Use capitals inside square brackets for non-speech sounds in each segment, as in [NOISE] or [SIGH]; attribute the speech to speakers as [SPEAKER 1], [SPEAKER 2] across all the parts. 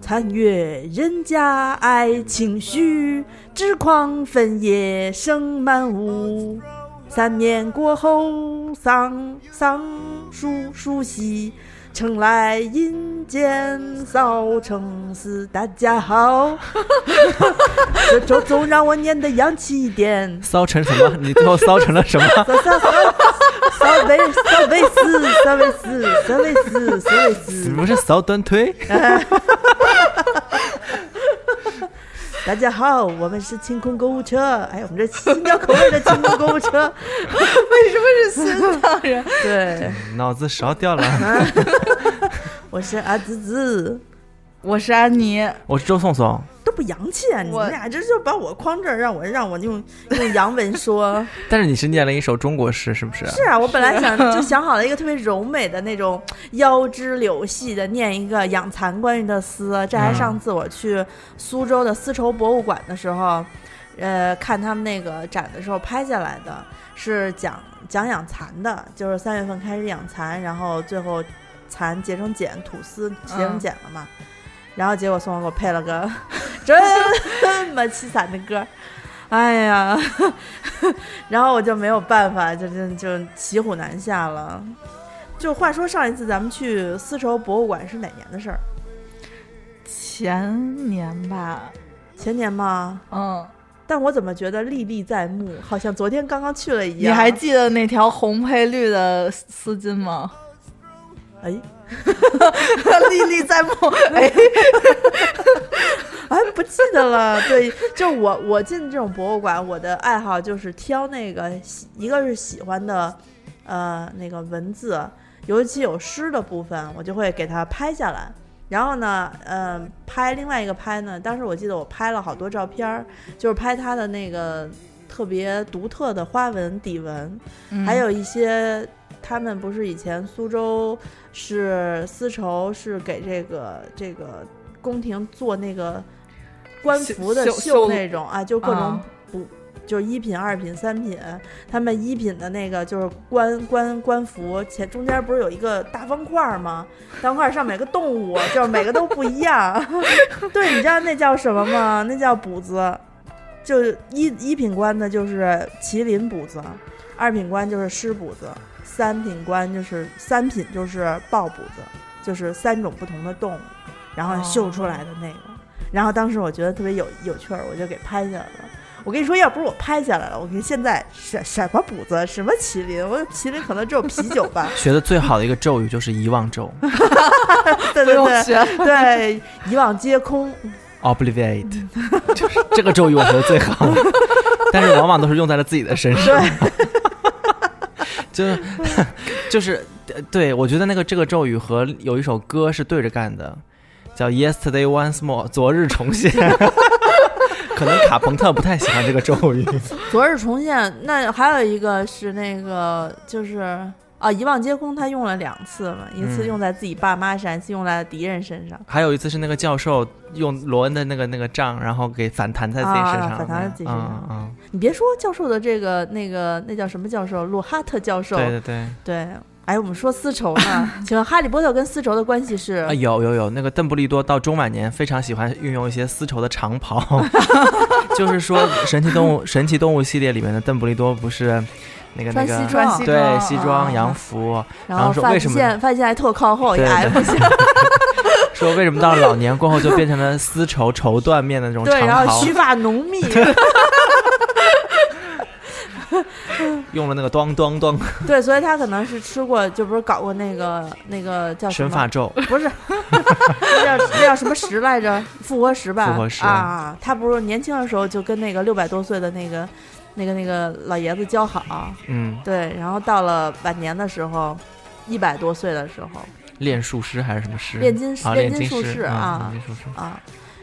[SPEAKER 1] 残月人家爱情绪，知狂分野声满屋。三年过后，桑桑树树稀，城来阴间扫城死。大家好，这周总让我念的洋气
[SPEAKER 2] [LAUGHS]
[SPEAKER 1] 一点。
[SPEAKER 2] 骚成什么？你最后骚成了什么？
[SPEAKER 1] [LAUGHS] 扫扫扫扫维扫维斯扫维斯扫维斯扫维
[SPEAKER 2] 你
[SPEAKER 1] 斯，
[SPEAKER 2] 不是骚端推？
[SPEAKER 1] [LAUGHS] 大家好，我们是清空购物车。哎，我们这新疆口味的清空购物车，
[SPEAKER 3] 为什么是新疆人？
[SPEAKER 1] [LAUGHS] 对，
[SPEAKER 2] 脑子烧掉了。
[SPEAKER 1] 我是阿紫紫，
[SPEAKER 3] [LAUGHS] 我是安妮，
[SPEAKER 2] 我是周颂颂，
[SPEAKER 1] 都不洋气啊！你
[SPEAKER 3] 我
[SPEAKER 1] 们俩这就把我框这儿，让我让我用用洋文 [LAUGHS] 说。
[SPEAKER 2] 但是你是念了一首中国诗，是不是？。
[SPEAKER 1] 是啊，我本来想就想好了一个特别柔美的那种腰肢柳细的，念一个养蚕关于的诗。这还上次我去苏州的丝绸博物馆的时候，呃，看他们那个展的时候拍下来的，是讲讲养蚕的，就是三月份开始养蚕，然后最后蚕结成茧，吐丝结成茧了嘛。
[SPEAKER 3] 嗯
[SPEAKER 1] 然后结果宋文给我配了 [LAUGHS] 个这么凄惨的歌儿，哎呀， [LAUGHS] 然后我就没有办法，就就就骑虎难下了。就话说上一次咱们去丝绸博物馆是哪年的事儿？
[SPEAKER 3] 前年吧，
[SPEAKER 1] 前年吗？
[SPEAKER 3] 嗯，
[SPEAKER 1] 但我怎么觉得历历在目，好像昨天刚刚去了一
[SPEAKER 3] 你
[SPEAKER 1] 样。
[SPEAKER 3] 还记得那条红配绿的丝巾吗？
[SPEAKER 1] 哎
[SPEAKER 3] 历历在 [LAUGHS] 目。哎，
[SPEAKER 1] 哎不记得了。对，就我我进这种博物馆，我的爱好就是挑那个喜一个是喜欢的，呃，那个文字，尤其有诗的部分，我就会给它拍下来。然后呢，嗯、拍另外一个拍呢，当时我记得我拍了好多照片儿，就是拍它的那个特别独特的花纹底纹，
[SPEAKER 3] 嗯
[SPEAKER 1] 还有一些他们不是以前苏州是丝绸是给这个这个宫廷做那个官
[SPEAKER 3] 绣
[SPEAKER 1] 服的
[SPEAKER 3] 绣
[SPEAKER 1] 绣
[SPEAKER 3] 绣
[SPEAKER 1] 那种啊，就各种
[SPEAKER 3] 啊
[SPEAKER 1] 补。就是一品、二品、三品，他们一品的那个就是官官官服，前中间不是有一个大方块儿吗？方块上面有个动物，就是每个都不一样。 [LAUGHS] 对，你知道那叫什么吗？那叫补子，就是一一品官的就是麒麟补子，二品官就是狮补子，三品官就是三品就是豹补子，就是三种不同的动物，然后绣出来的那个。
[SPEAKER 3] 哦
[SPEAKER 1] 然后当时我觉得特别有有趣儿，我就给拍下来了。我跟你说，要不是我拍下来了，我跟现在什什么补子，什么麒麟，我麒麟可能只有啤酒吧
[SPEAKER 3] [LAUGHS]
[SPEAKER 2] 学的最好的一个咒语就是遗忘咒
[SPEAKER 1] 对
[SPEAKER 3] 不
[SPEAKER 1] 对
[SPEAKER 3] 用
[SPEAKER 1] 对，
[SPEAKER 3] 学。
[SPEAKER 1] 对，一望皆空。
[SPEAKER 2] ，obliviate，就是
[SPEAKER 1] [LAUGHS]
[SPEAKER 2] 这个咒语我学的最好，但是往往都是用在了自己的身上。 [LAUGHS] 就是就是呃对，我觉得那个这个咒语和有一首歌是对着干的，叫 Yesterday Once More，昨日重现。 [LAUGHS] 可能卡朋特不太喜欢这个咒语，
[SPEAKER 1] 昨日重现，那还有一个是那个就是啊，一望皆空，他用了两次嘛，一次
[SPEAKER 2] 嗯
[SPEAKER 1] 用在自己爸妈身上，一次用在敌人身上。
[SPEAKER 2] 还有一次是那个教授用罗恩的那个那个杖，然后给反弹在自己身上，
[SPEAKER 1] 啊反弹在自己身上
[SPEAKER 2] 嗯嗯
[SPEAKER 1] 你别说教授的这个那个那叫什么教授，洛哈特教授，
[SPEAKER 2] 对对对，
[SPEAKER 1] 对哎，我们说丝绸
[SPEAKER 2] [LAUGHS]
[SPEAKER 1] 呢，请问哈利波特跟丝绸的关系是 [LAUGHS]
[SPEAKER 2] 啊，？有有有，那个邓布利多到中晚年非常喜欢运用一些丝绸的长
[SPEAKER 1] [LAUGHS]
[SPEAKER 2] 袍，就是说《神奇动物》《神奇动物》系列里面的邓布利多不是那个那
[SPEAKER 1] 穿西
[SPEAKER 2] 个
[SPEAKER 1] 装，
[SPEAKER 3] 穿西
[SPEAKER 2] 对西装
[SPEAKER 3] 啊
[SPEAKER 2] 洋服，
[SPEAKER 1] 然
[SPEAKER 2] 然后
[SPEAKER 1] 后
[SPEAKER 2] 说
[SPEAKER 1] 发
[SPEAKER 2] 为什
[SPEAKER 1] 际
[SPEAKER 2] 么
[SPEAKER 1] 线发际线还特靠后，一
[SPEAKER 2] 对对
[SPEAKER 1] F 型， [LAUGHS]
[SPEAKER 2] 说为什么到了老年过后就变成了丝绸绸缎面的那种
[SPEAKER 1] 对，
[SPEAKER 2] 长
[SPEAKER 1] 然后
[SPEAKER 2] 袍
[SPEAKER 1] 须，发
[SPEAKER 2] [LAUGHS]
[SPEAKER 1] 浓密，
[SPEAKER 2] 用了那个咚咚咚
[SPEAKER 1] 对，所以他可能是吃过，就不是搞过那个那个叫什
[SPEAKER 2] 神
[SPEAKER 1] 么
[SPEAKER 2] 法咒，
[SPEAKER 1] 不是，那叫那叫什么石来着？复活石吧？
[SPEAKER 2] 复活石
[SPEAKER 1] 啊！他不是年轻的时候就跟那个六百多岁的那个、那个、那个老爷子交好，
[SPEAKER 2] 嗯，
[SPEAKER 1] 对，然后到了晚年的时候，一百多岁的时候
[SPEAKER 2] 炼术师还是什么师？
[SPEAKER 1] 炼金师
[SPEAKER 2] 啊，
[SPEAKER 1] 炼
[SPEAKER 2] 炼
[SPEAKER 1] 金术
[SPEAKER 2] 师
[SPEAKER 1] 士
[SPEAKER 2] 啊
[SPEAKER 1] 啊，
[SPEAKER 2] 炼金术师。
[SPEAKER 1] 啊，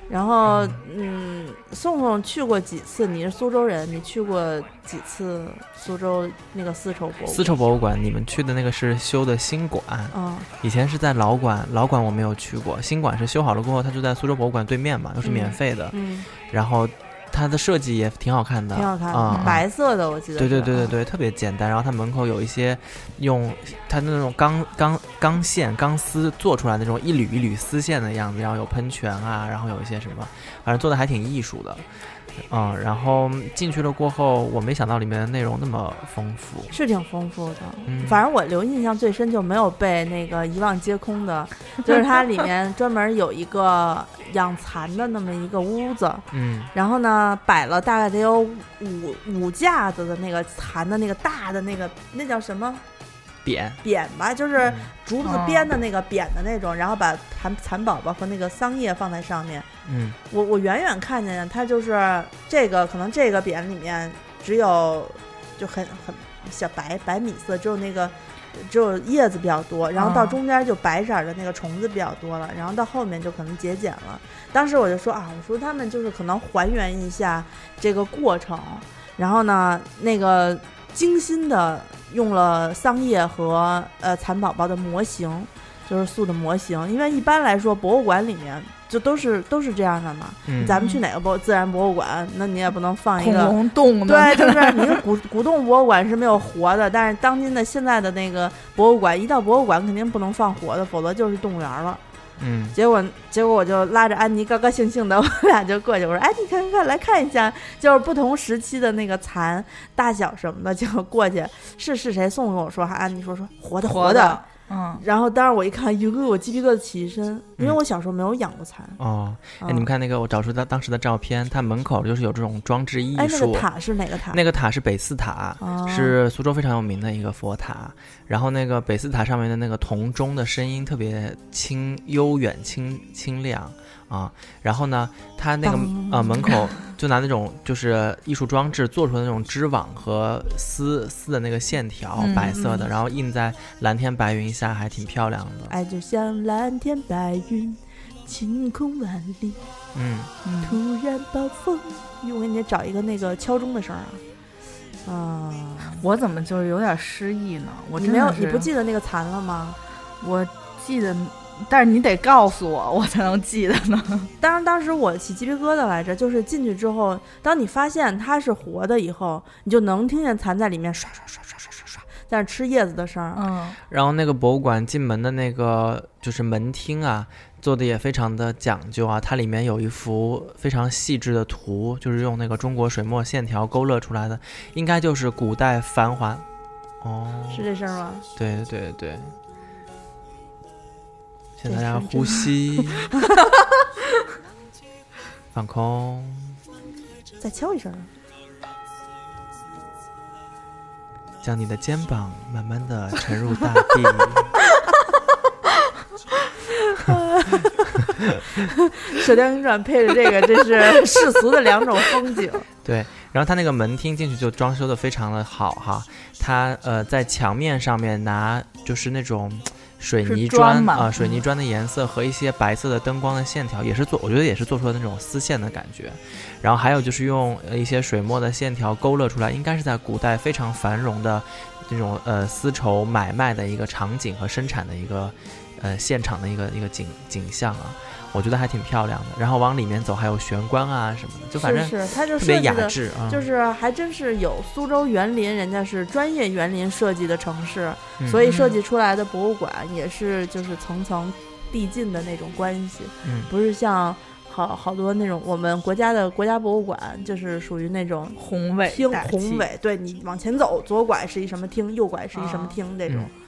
[SPEAKER 1] 然后嗯，宋宋去过几次？你是苏州人，你去过几次苏州那个丝绸博物？
[SPEAKER 2] 丝绸啊博物馆，你们去的那个是修的新馆，
[SPEAKER 1] 嗯
[SPEAKER 2] 以前是在老馆，老馆我没有去过，新馆是修好了过后，它就在苏州博物馆对面嘛，又是免费的，
[SPEAKER 1] 嗯
[SPEAKER 2] 然后。它的设计也挺好看的，
[SPEAKER 1] 挺好看的，
[SPEAKER 2] 啊、
[SPEAKER 1] 白色的，我记得。
[SPEAKER 2] 对对对对。对，特别简单。然后它门口有一些用它那种钢钢钢线、钢丝做出来的那种一缕一缕丝线的样子，然后有喷泉啊，然后有一些什么，反正做的还挺艺术的。嗯，然后进去了过后，我没想到里面的内容那么丰富。
[SPEAKER 1] 是挺丰富的，
[SPEAKER 2] 嗯
[SPEAKER 1] 反正我留印象最深就没有被那个一望皆空的，就是它里面专门有一个养蚕的那么一个屋子，
[SPEAKER 2] 嗯
[SPEAKER 1] 然后呢，摆了大概得有五五架子的那个蚕的那个大的那个那叫什么
[SPEAKER 2] 扁，
[SPEAKER 1] 扁吧，就是
[SPEAKER 2] 嗯
[SPEAKER 1] 竹子编的那个扁的那种，然后把蚕蚕宝宝和那个桑叶放在上面。
[SPEAKER 2] 嗯
[SPEAKER 1] 我我远远看见它就是这个，可能这个扁里面只有就很很小白白米色，只有那个只有叶子比较多，然后到
[SPEAKER 3] 哦
[SPEAKER 1] 中间就白色儿的那个虫子比较多了，然后到后面就可能节俭了。当时我就说啊，我说他们就是可能还原一下这个过程，然后呢，那个精心的用了桑叶和呃蚕宝宝的模型，就是塑的模型，因为一般来说博物馆里面就都是都是这样的嘛。
[SPEAKER 2] 嗯，
[SPEAKER 1] 咱们去哪个博自然博物馆，那你也不能放一
[SPEAKER 3] 恐
[SPEAKER 1] 个
[SPEAKER 3] 龙洞的，
[SPEAKER 1] 对，就是你看古 [LAUGHS] 古董博物馆是没有活的，但是当今的现在的那个博物馆，一到博物馆肯定不能放活的，否则就是动物园了。
[SPEAKER 2] 嗯
[SPEAKER 1] 结果结果我就拉着安妮高高兴兴的，我俩就过去，我说：“哎，你看看看，来看一下，就是不同时期的那个蚕大小什么的。”结果过去是是谁送给我说，还安妮说说活的
[SPEAKER 3] 活
[SPEAKER 1] 的
[SPEAKER 3] 的。，嗯，
[SPEAKER 1] 然后当时我一看，哟哥，我鸡皮疙瘩起一身，因为我小时候没有养过蚕。
[SPEAKER 2] 哦，哎，
[SPEAKER 1] 嗯
[SPEAKER 2] 你们看那个，我找出当当时的照片，它门口就是有这种装置艺
[SPEAKER 1] 哎，那
[SPEAKER 2] 术。
[SPEAKER 1] 个塔是哪个塔？
[SPEAKER 2] 那个塔是北寺塔，
[SPEAKER 1] 哦
[SPEAKER 2] 是苏州非常有名的一个佛塔。然后那个北寺塔上面的那个铜钟的声音特别清悠远、清清亮啊。然后呢，它那个
[SPEAKER 1] 当
[SPEAKER 2] 呃门口就拿那种就是艺术装置做出的那种织网和丝丝的那个线条，
[SPEAKER 3] 嗯
[SPEAKER 2] 白色的，
[SPEAKER 1] 嗯
[SPEAKER 2] 然后印在蓝天白云下，还挺漂亮的。
[SPEAKER 1] 爱哎就像蓝天白云，晴空万里，
[SPEAKER 2] 嗯，
[SPEAKER 3] 嗯
[SPEAKER 1] 突然暴风雨。我给你找一个那个敲钟的声儿啊！啊，
[SPEAKER 3] 我怎么就是有点失忆呢？我
[SPEAKER 1] 你
[SPEAKER 3] 真
[SPEAKER 1] 没有，
[SPEAKER 3] 的是
[SPEAKER 1] 你不记得那个蚕了吗？
[SPEAKER 3] 我记得，但是你得告诉我， [LAUGHS] 我才能记得呢。
[SPEAKER 1] 当然，当时我起鸡皮疙瘩来着，就是进去之后，当你发现它是活的以后，你就能听见蚕在里面刷刷刷刷刷刷刷，在那吃叶子的声儿。
[SPEAKER 3] 嗯，
[SPEAKER 2] 然后那个博物馆进门的那个就是门厅啊，做的也非常的讲究啊。它里面有一幅非常细致的图，就是用那个中国水墨线条勾勒出来的，应该就是古代繁华。哦，
[SPEAKER 1] 是这声儿吗？
[SPEAKER 2] 对对对。请
[SPEAKER 1] 这
[SPEAKER 2] 大家
[SPEAKER 1] 声真
[SPEAKER 2] 呼吸，放空。
[SPEAKER 1] 再敲一声 [LAUGHS] 儿。啊
[SPEAKER 2] 将你的肩膀慢慢的沉入大地。
[SPEAKER 1] 《射雕英雄传》配着这个，真是世俗的两种风景。
[SPEAKER 2] 对，然后它那个门厅进去就装修的非常的好哈，它呃在墙面上面拿就是那种水
[SPEAKER 3] 是
[SPEAKER 2] 泥
[SPEAKER 3] 砖
[SPEAKER 2] 砖
[SPEAKER 3] 嘛嗯
[SPEAKER 2] 啊、水泥砖的颜色和一些白色的灯光的线条，也是做我觉得也是做出了那种丝线的感觉，然后还有就是用呃一些水墨的线条勾勒出来，应该是在古代非常繁荣的这种呃丝绸买卖的一个场景和生产的一个呃现场的一个一个景景象啊。我觉得还挺漂亮的，然后往里面走还有玄关啊什么的，就反正
[SPEAKER 1] 是是，它就
[SPEAKER 2] 特别
[SPEAKER 1] 设计
[SPEAKER 2] 雅
[SPEAKER 1] 的
[SPEAKER 2] 致啊，
[SPEAKER 1] 就是还真是有苏州园林，人家是专业园林设计的城市，
[SPEAKER 2] 嗯
[SPEAKER 1] 所以设计出来的博物馆也是就是层层递进的那种关系，
[SPEAKER 2] 嗯
[SPEAKER 1] 不是像好好多那种我们国家的国家博物馆就是属于那种
[SPEAKER 3] 宏伟，
[SPEAKER 1] 厅
[SPEAKER 3] 大气
[SPEAKER 1] 宏，伟，对你往前走，左拐是一什么厅，右拐是一
[SPEAKER 3] 哦
[SPEAKER 1] 什么厅这种。
[SPEAKER 2] 嗯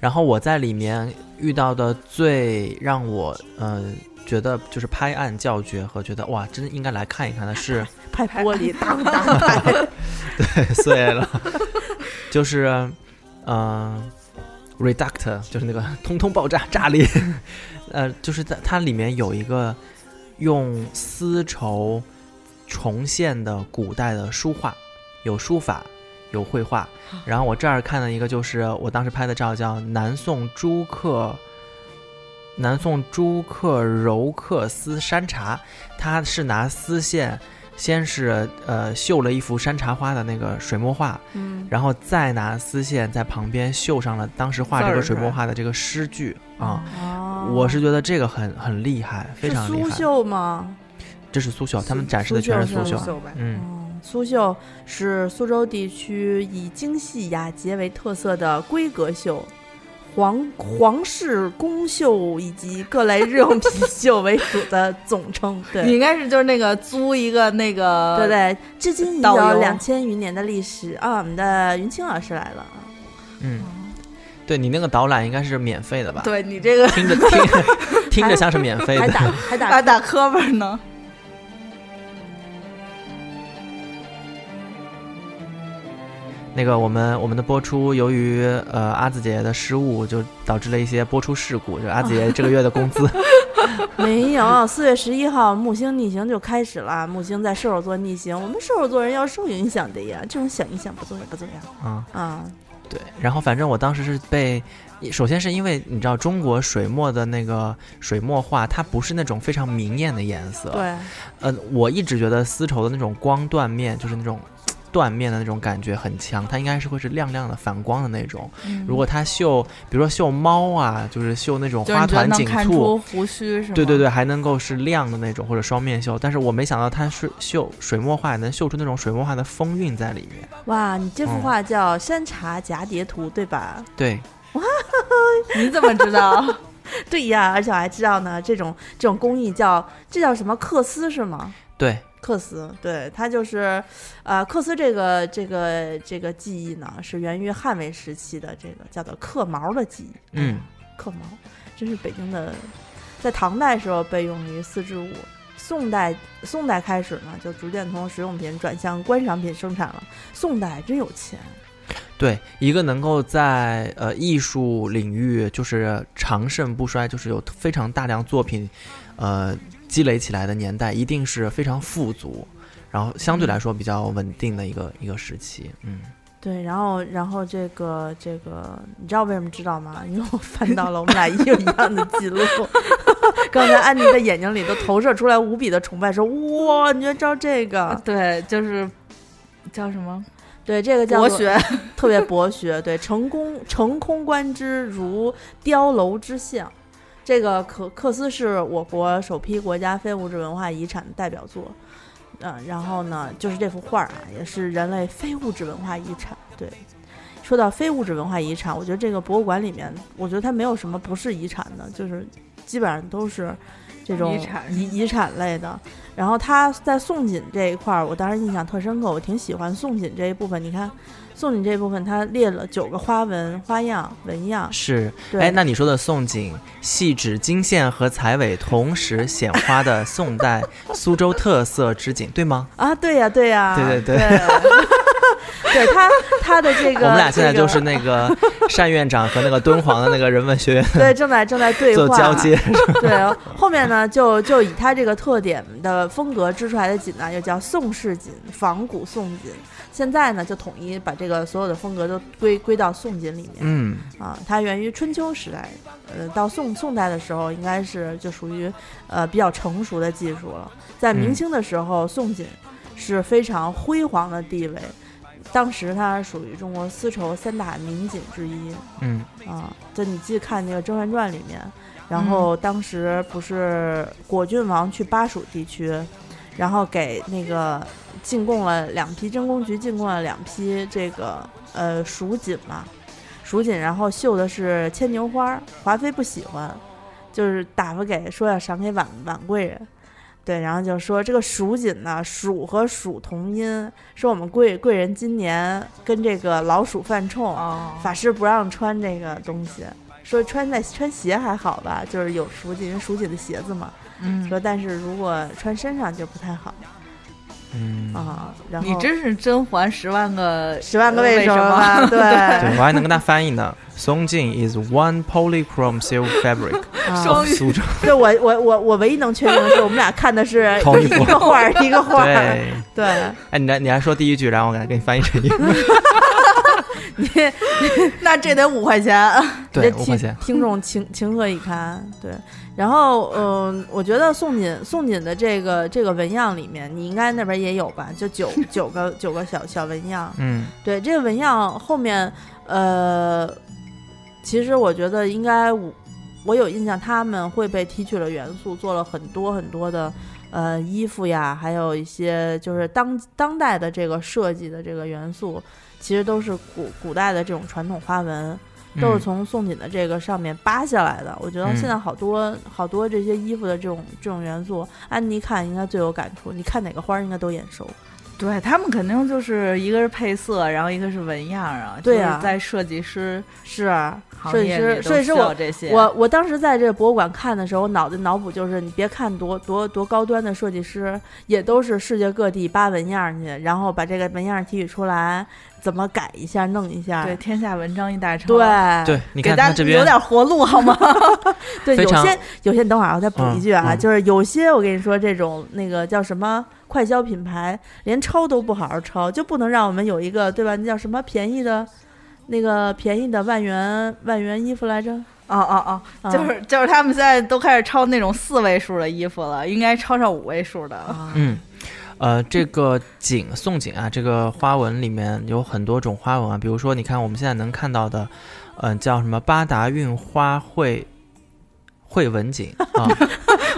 [SPEAKER 2] 然后我在里面遇到的最让我呃觉得就是拍案叫绝和觉得哇，真应该来看一看的是
[SPEAKER 1] 拍玻璃，当当拍，
[SPEAKER 2] 碎了， [LAUGHS] 就是嗯、呃、reduct 就是那个通通爆炸炸裂， [LAUGHS] 呃，就是在它里面有一个用丝绸重现的古代的书画，有书法。有绘画，然后我这儿看了一个，就是我当时拍的照，叫《南宋朱克南宋朱克柔克丝山茶》，它是拿丝线，先是呃绣了一幅山茶花的那个水墨画，
[SPEAKER 1] 嗯，
[SPEAKER 2] 然后再拿丝线在旁边绣上了当时画这个
[SPEAKER 3] 字儿是
[SPEAKER 2] 水
[SPEAKER 3] 吧
[SPEAKER 2] 墨画的这个诗句啊。
[SPEAKER 1] 哦
[SPEAKER 2] 我是觉得这个很很厉害，非
[SPEAKER 1] 是
[SPEAKER 2] 常厉
[SPEAKER 1] 苏
[SPEAKER 2] 害。
[SPEAKER 1] 绣吗？
[SPEAKER 2] 这是苏绣，他们展示的
[SPEAKER 1] 苏绣
[SPEAKER 2] 全是苏
[SPEAKER 1] 是
[SPEAKER 2] 绣。
[SPEAKER 1] 苏绣吧
[SPEAKER 2] 嗯，
[SPEAKER 1] 嗯苏绣是苏州地区以精细雅洁为特色的闺阁绣。皇
[SPEAKER 3] 嗯
[SPEAKER 1] 皇室宫绣以及各类日用品绣为主的总
[SPEAKER 3] [LAUGHS]
[SPEAKER 1] 称，
[SPEAKER 3] 你
[SPEAKER 1] 对
[SPEAKER 3] 应该是就是那个租一个那个，
[SPEAKER 1] 对对，至今已
[SPEAKER 3] 导
[SPEAKER 1] 有
[SPEAKER 3] 游
[SPEAKER 1] 两千余年的历史啊！我们的云清老师来了，啊
[SPEAKER 2] 嗯，对你那个导览应该是免费的吧？
[SPEAKER 3] 对你这个
[SPEAKER 2] 听着 [LAUGHS] 听听着像是免费
[SPEAKER 1] 还
[SPEAKER 3] 哎
[SPEAKER 2] 的。
[SPEAKER 3] [LAUGHS]
[SPEAKER 1] 打还打
[SPEAKER 3] 还打磕巴呢。
[SPEAKER 2] 那个我们我们的播出由于呃阿紫姐的失误，就导致了一些播出事故，就是 [LAUGHS] 阿紫姐这个月的工资
[SPEAKER 1] 没有，四月十一号木星逆行就开始了，木星在射手座逆行，我们射手座人要受影响的呀，这种小影响不重要不重要
[SPEAKER 2] 啊。
[SPEAKER 1] 啊。
[SPEAKER 2] 对，然后反正我当时是被，首先是因为你知道中国水墨的那个水墨画，它不是那种非常明艳的颜色。，
[SPEAKER 1] 对，
[SPEAKER 2] 呃，我一直觉得丝绸的那种光缎面，就是那种缎面的那种感觉很强，它应该是会是亮亮的、反光的那种。
[SPEAKER 3] 嗯
[SPEAKER 2] 如果它绣，比如说绣猫啊，就是绣那种
[SPEAKER 3] 就是
[SPEAKER 2] 花
[SPEAKER 3] 你觉得
[SPEAKER 2] 团
[SPEAKER 3] 能
[SPEAKER 2] 锦
[SPEAKER 3] 看
[SPEAKER 2] 簇
[SPEAKER 3] 出，胡须是吗？
[SPEAKER 2] 对对对，还能够是亮的那种或者双面绣，但是我没想到它是绣水墨画能绣出那种水墨画的风韵在里面。
[SPEAKER 1] 哇，你这幅
[SPEAKER 2] 嗯
[SPEAKER 1] 画叫《山茶蛱蝶图》，对吧？ [LAUGHS]
[SPEAKER 2] 对，
[SPEAKER 3] 你怎么
[SPEAKER 2] [LAUGHS]
[SPEAKER 3] 知道？
[SPEAKER 1] 对呀，而且我还知道呢，这种这种工艺叫这叫什么缂丝是吗？
[SPEAKER 2] 对，
[SPEAKER 1] 缂丝，对，它就是，呃，缂丝这个这个这个技艺呢，是源于汉魏时期的这个叫做刻毛的技艺。
[SPEAKER 2] 嗯，
[SPEAKER 1] 刻毛，这是北京的，在唐代时候被用于丝织物，宋代宋代开始呢，就逐渐从实用品转向观赏品生产了。宋代真有钱，
[SPEAKER 2] 对，一个能够在呃艺术领域就是长盛不衰，就是有非常大量作品，呃积累起来的年代，一定是非常富足，然后相对来说比较稳定的一个一个时期。嗯，
[SPEAKER 1] 对，然后然后这个这个，你知道为什么知道吗？因为我
[SPEAKER 3] [LAUGHS]
[SPEAKER 1] 翻到了我们俩一模一样的记录。 [LAUGHS] 刚才安妮的眼睛里都投射出来无比的崇拜，说：“哇，你居然知道这个
[SPEAKER 3] 对，就是叫什么？？”
[SPEAKER 1] 对，这个叫
[SPEAKER 3] 博
[SPEAKER 1] 做
[SPEAKER 3] 学。
[SPEAKER 1] 特别博学，对，成功成空观之如雕楼之象。这个可克斯是我国首批国家非物质文化遗产的代表作，嗯、然后呢，就是这幅画儿啊，也是人类非物质文化遗产。对，说到非物质文化遗产，我觉得这个博物馆里面，我觉得它没有什么不是遗产的，就是基本上都是这种
[SPEAKER 3] 遗产
[SPEAKER 1] 遗遗产类的。然后它在宋锦这一块儿，我当时印象特深刻，我挺喜欢宋锦这一部分。你看，宋锦这部分它列了九个花纹、花样、纹样。
[SPEAKER 2] 是。
[SPEAKER 1] 对，
[SPEAKER 2] 哎，那你说的宋锦，系指金线和彩尾同时显花的宋代苏州特色织锦，对吗？
[SPEAKER 1] 啊，对呀、对呀、
[SPEAKER 2] 对对
[SPEAKER 1] 对，对他他
[SPEAKER 2] [LAUGHS]
[SPEAKER 1] 的这个，
[SPEAKER 2] 我们俩现在
[SPEAKER 1] 这个
[SPEAKER 2] 就是那个单院长和那个敦煌的那个人文学院
[SPEAKER 1] 对正在正在对
[SPEAKER 2] 做
[SPEAKER 1] 话
[SPEAKER 2] 交接。
[SPEAKER 1] [LAUGHS] 对，后面呢，就就以它这个特点的风格织出来的锦呢，又叫宋式锦、仿古宋锦。现在呢，就统一把这个所有的风格都归归到宋锦里面
[SPEAKER 2] 嗯。
[SPEAKER 1] 啊。它源于春秋时代，呃，到宋宋代的时候，应该是就属于呃比较成熟的技术了。在明
[SPEAKER 2] 嗯
[SPEAKER 1] 清的时候，宋锦是非常辉煌的地位，当时它属于中国丝绸三大名锦之一。
[SPEAKER 2] 嗯
[SPEAKER 1] 啊，就你记得看那个《甄嬛传》里面，然后当时不是果郡王去巴蜀地区，然后给那个进贡了两批真宫局进贡了两批这个呃蜀锦嘛，蜀锦，然后绣的是牵牛花儿，华妃不喜欢，就是打发给说要赏给婉婉贵人。对，然后就说这个蜀锦呢，蜀和蜀同音，说我们贵贵人今年跟这个老鼠犯冲，
[SPEAKER 3] 哦
[SPEAKER 1] 法师不让穿这个东西，说穿在穿鞋还好吧，就是有蜀锦，因为蜀锦的鞋子嘛。
[SPEAKER 3] 嗯
[SPEAKER 1] 说但是如果穿身上就不太好
[SPEAKER 2] 嗯
[SPEAKER 1] 啊。然后
[SPEAKER 3] 你真是甄嬛十万个
[SPEAKER 1] 十万个
[SPEAKER 3] 为
[SPEAKER 1] 为什么
[SPEAKER 3] 么
[SPEAKER 1] 吧？对，
[SPEAKER 3] 哎
[SPEAKER 2] 对我还能跟他翻译呢。 [LAUGHS] 松劲 is one polychrome silk
[SPEAKER 3] [LAUGHS]
[SPEAKER 2] fabric
[SPEAKER 1] 啊
[SPEAKER 3] 双
[SPEAKER 2] of
[SPEAKER 3] 语
[SPEAKER 2] 苏州。
[SPEAKER 1] 对我我我我唯一能确定的是，我们俩看的是
[SPEAKER 2] 同一
[SPEAKER 1] 一
[SPEAKER 2] 部
[SPEAKER 1] 个画儿一个画儿。
[SPEAKER 2] 对，
[SPEAKER 1] 对，
[SPEAKER 2] 哎，你来，你来说第一句，然后我给他给你翻译成英
[SPEAKER 3] [LAUGHS]
[SPEAKER 2] 文。
[SPEAKER 3] 那这得五块钱。
[SPEAKER 2] 对，
[SPEAKER 1] 这
[SPEAKER 2] 五
[SPEAKER 1] 听
[SPEAKER 2] 块 [LAUGHS] 钱。
[SPEAKER 1] 听众情情何以堪？对，然后嗯、我觉得宋锦宋锦的这个这个纹样里面，你应该那边也有吧？就九九个九个小小纹样，
[SPEAKER 2] 嗯，
[SPEAKER 1] 对这个纹样后面，呃，其实我觉得应该五我有印象，他们会被提取了元素，做了很多很多的呃衣服呀，还有一些就是当当代的这个设计的这个元素，其实都是古古代的这种传统花纹，都是
[SPEAKER 2] 嗯
[SPEAKER 1] 从宋锦的这个上面扒下来的。我觉得
[SPEAKER 2] 嗯
[SPEAKER 1] 现在好多、好多这些衣服的这种这种元素，安妮看应该最有感触，你看哪个花儿应该都眼熟。
[SPEAKER 3] 对他们肯定就是一个是配色，然后一个是纹样啊。
[SPEAKER 1] 对
[SPEAKER 3] 呀、
[SPEAKER 1] 啊
[SPEAKER 3] 在设计师
[SPEAKER 1] 是啊，
[SPEAKER 3] 行
[SPEAKER 1] 设计
[SPEAKER 3] 业
[SPEAKER 1] 师，
[SPEAKER 3] 里
[SPEAKER 1] 设
[SPEAKER 3] 都
[SPEAKER 1] 计
[SPEAKER 3] 需
[SPEAKER 1] 师我
[SPEAKER 3] 要这些。
[SPEAKER 1] 我我当时在这个博物馆看的时候，我脑子脑补就是，你别看多多多高端的设计师，也都是世界各地扒纹样儿去，然后把这个纹样儿提取出来，怎么改一下、弄一下。
[SPEAKER 3] 对天下文章一大抄，，
[SPEAKER 1] 对啊
[SPEAKER 2] 对，你
[SPEAKER 3] 给
[SPEAKER 2] 看
[SPEAKER 3] 大
[SPEAKER 2] 他
[SPEAKER 3] 家
[SPEAKER 2] 这
[SPEAKER 3] 留
[SPEAKER 2] 边
[SPEAKER 3] 点活路
[SPEAKER 1] [LAUGHS]
[SPEAKER 3] 好吗？
[SPEAKER 1] 对
[SPEAKER 2] 非
[SPEAKER 1] 有
[SPEAKER 2] 常
[SPEAKER 1] 些有些，等会儿啊我再补一句啊，
[SPEAKER 2] 嗯嗯
[SPEAKER 1] 就是有些我跟你说，这种那个叫什么快消品牌，连抄都不好好抄，就不能让我们有一个对吧？那叫什么便宜的，那个便宜的万元万元衣服来着？
[SPEAKER 3] 哦哦
[SPEAKER 1] 啊
[SPEAKER 3] 哦，就是就是他们现在都开始抄那种四位数的衣服了，应该抄上五位数的。
[SPEAKER 1] 啊，
[SPEAKER 2] 嗯，呃，这个锦宋锦啊，这个花纹里面有很多种花纹啊，比如说你看我们现在能看到的，嗯、叫什么八达运花卉卉纹锦
[SPEAKER 3] [LAUGHS]
[SPEAKER 2] 啊，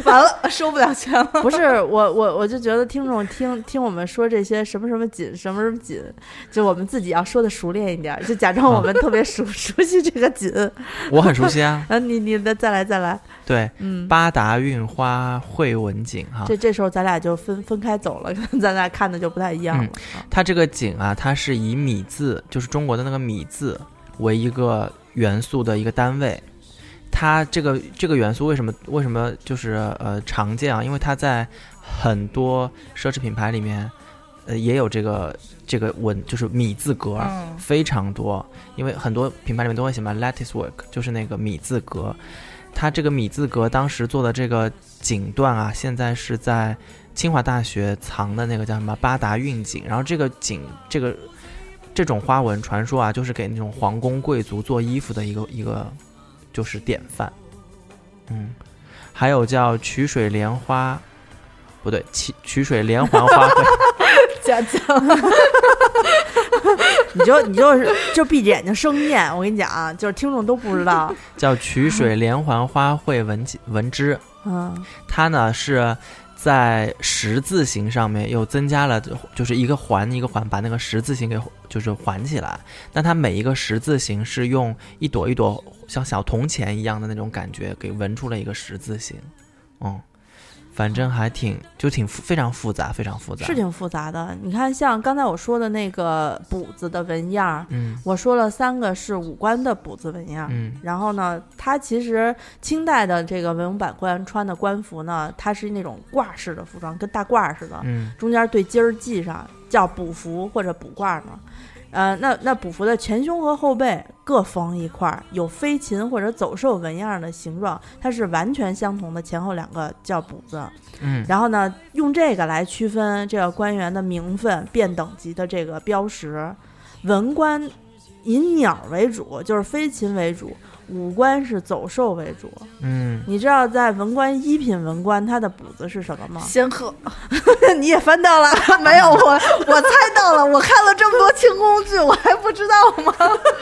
[SPEAKER 3] 完了，收不了钱了。
[SPEAKER 1] 不是我，我我就觉得听众听听我们说这些什么什么锦什么什么锦，就我们自己要说的熟练一点儿，就假装我们特别熟熟悉这个锦。
[SPEAKER 2] 我很熟悉啊，
[SPEAKER 1] 啊，你你的再来再来，
[SPEAKER 2] 对，
[SPEAKER 1] 嗯，
[SPEAKER 2] 八达运花卉纹锦哈、
[SPEAKER 1] 这这时候咱俩就分分开走了，可能咱俩看的就不太一样了。啊
[SPEAKER 2] 它这个锦啊，它是以米字，就是中国的那个米字为一个元素的一个单位。它这个这个元素为什么为什么就是呃常见啊？因为它在很多奢侈品牌里面，呃也有这个这个纹，就是米字格。
[SPEAKER 3] 嗯，
[SPEAKER 2] 非常多，因为很多品牌里面都会写嘛 lattice work，就是那个米字格。它这个米字格当时做的这个锦缎啊，现在是在清华大学藏的那个叫什么八达运锦。然后这个锦这个这种花纹，传说啊，就是给那种皇宫贵族做衣服的一个一个就是典范。嗯，还有叫曲水莲花，不对，曲曲水连环花卉。
[SPEAKER 3] 讲讲？
[SPEAKER 1] [LAUGHS] 你就你就是就闭着眼睛生念，我跟你讲啊，就是听众都不知道，
[SPEAKER 2] 叫曲水莲环花卉纹锦纹织，
[SPEAKER 1] 嗯，
[SPEAKER 2] 它呢是在十字形上面又增加了，就是一个环一个环，把那个十字形给就是环起来。那它每一个十字形是用一朵一朵像小铜钱一样的那种感觉给纹出了一个十字形，嗯。反正还挺就挺复非常复杂，非常复杂。
[SPEAKER 1] 是挺复杂的。你看，像刚才我说的那个补子的纹样儿，
[SPEAKER 2] 嗯
[SPEAKER 1] 我说了三个是五官的补子纹样儿，
[SPEAKER 2] 嗯
[SPEAKER 1] 然后呢，它其实清代的这个文武百官穿的官服呢，它是那种褂式的服装，跟大褂似的，
[SPEAKER 2] 嗯
[SPEAKER 1] 中间对襟儿系上，叫补服或者补褂嘛。呃，那那补服的前胸和后背各缝一块儿，有飞禽或者走兽纹样的形状，它是完全相同的，前后两个叫补子。
[SPEAKER 2] 嗯
[SPEAKER 1] 然后呢，用这个来区分这个官员的名分、变等级的这个标识。文官以鸟为主，就是飞禽为主；武官是走兽为主。
[SPEAKER 2] 嗯，
[SPEAKER 1] 你知道在文官一品文官他的补子是什么吗
[SPEAKER 3] 仙鹤，
[SPEAKER 1] [LAUGHS] 你也翻到了，
[SPEAKER 3] [LAUGHS] 没有我，我猜到了。我看了这么多清宫剧，我还不知道吗？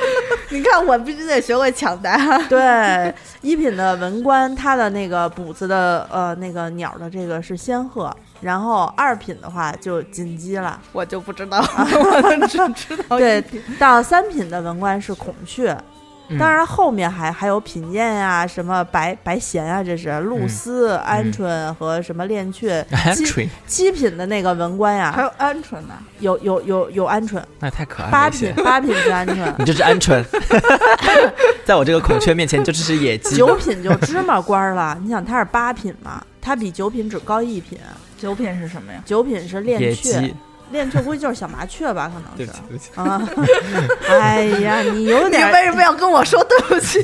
[SPEAKER 3] [LAUGHS] 你看，我必须得学会抢 [LAUGHS] 答。
[SPEAKER 1] 对，一品的文官，他的那个补子的呃那个鸟的这个是仙鹤，然后二品的话就锦鸡了，
[SPEAKER 3] 我就不知道， [LAUGHS] 我只知道
[SPEAKER 1] 对
[SPEAKER 3] 哦一点
[SPEAKER 1] 到三品的文官是孔雀，
[SPEAKER 2] 嗯
[SPEAKER 1] 当然后面还还有品鉴呀、什么白白弦啊，这是露丝、鹌鹑和什么恋雀。
[SPEAKER 2] 嗯
[SPEAKER 1] 鸡
[SPEAKER 2] entry
[SPEAKER 1] 七品的那个文官呀、
[SPEAKER 3] 还有鹌鹑呢。
[SPEAKER 1] 有有有有鹌鹑，
[SPEAKER 2] 那也太可爱了。
[SPEAKER 1] 八
[SPEAKER 2] 一些。
[SPEAKER 1] 品八品是鹌鹑
[SPEAKER 2] [LAUGHS] 你这是鹌鹑，在我这个孔雀面前，你这只是野鸡。
[SPEAKER 1] 九品就芝麻官儿了，你想他是八品嘛，他比九品只高一品，
[SPEAKER 3] 九品是什么呀？
[SPEAKER 1] 九品是恋
[SPEAKER 2] 野
[SPEAKER 1] 雀，
[SPEAKER 2] 鸡，
[SPEAKER 1] 练雀估计就是小麻雀吧，可能
[SPEAKER 2] 对
[SPEAKER 1] 是
[SPEAKER 2] 不起，对不起。
[SPEAKER 1] 啊。 [LAUGHS] 哎呀，你有
[SPEAKER 3] 你
[SPEAKER 1] 点
[SPEAKER 3] 为什么要跟我说对不起？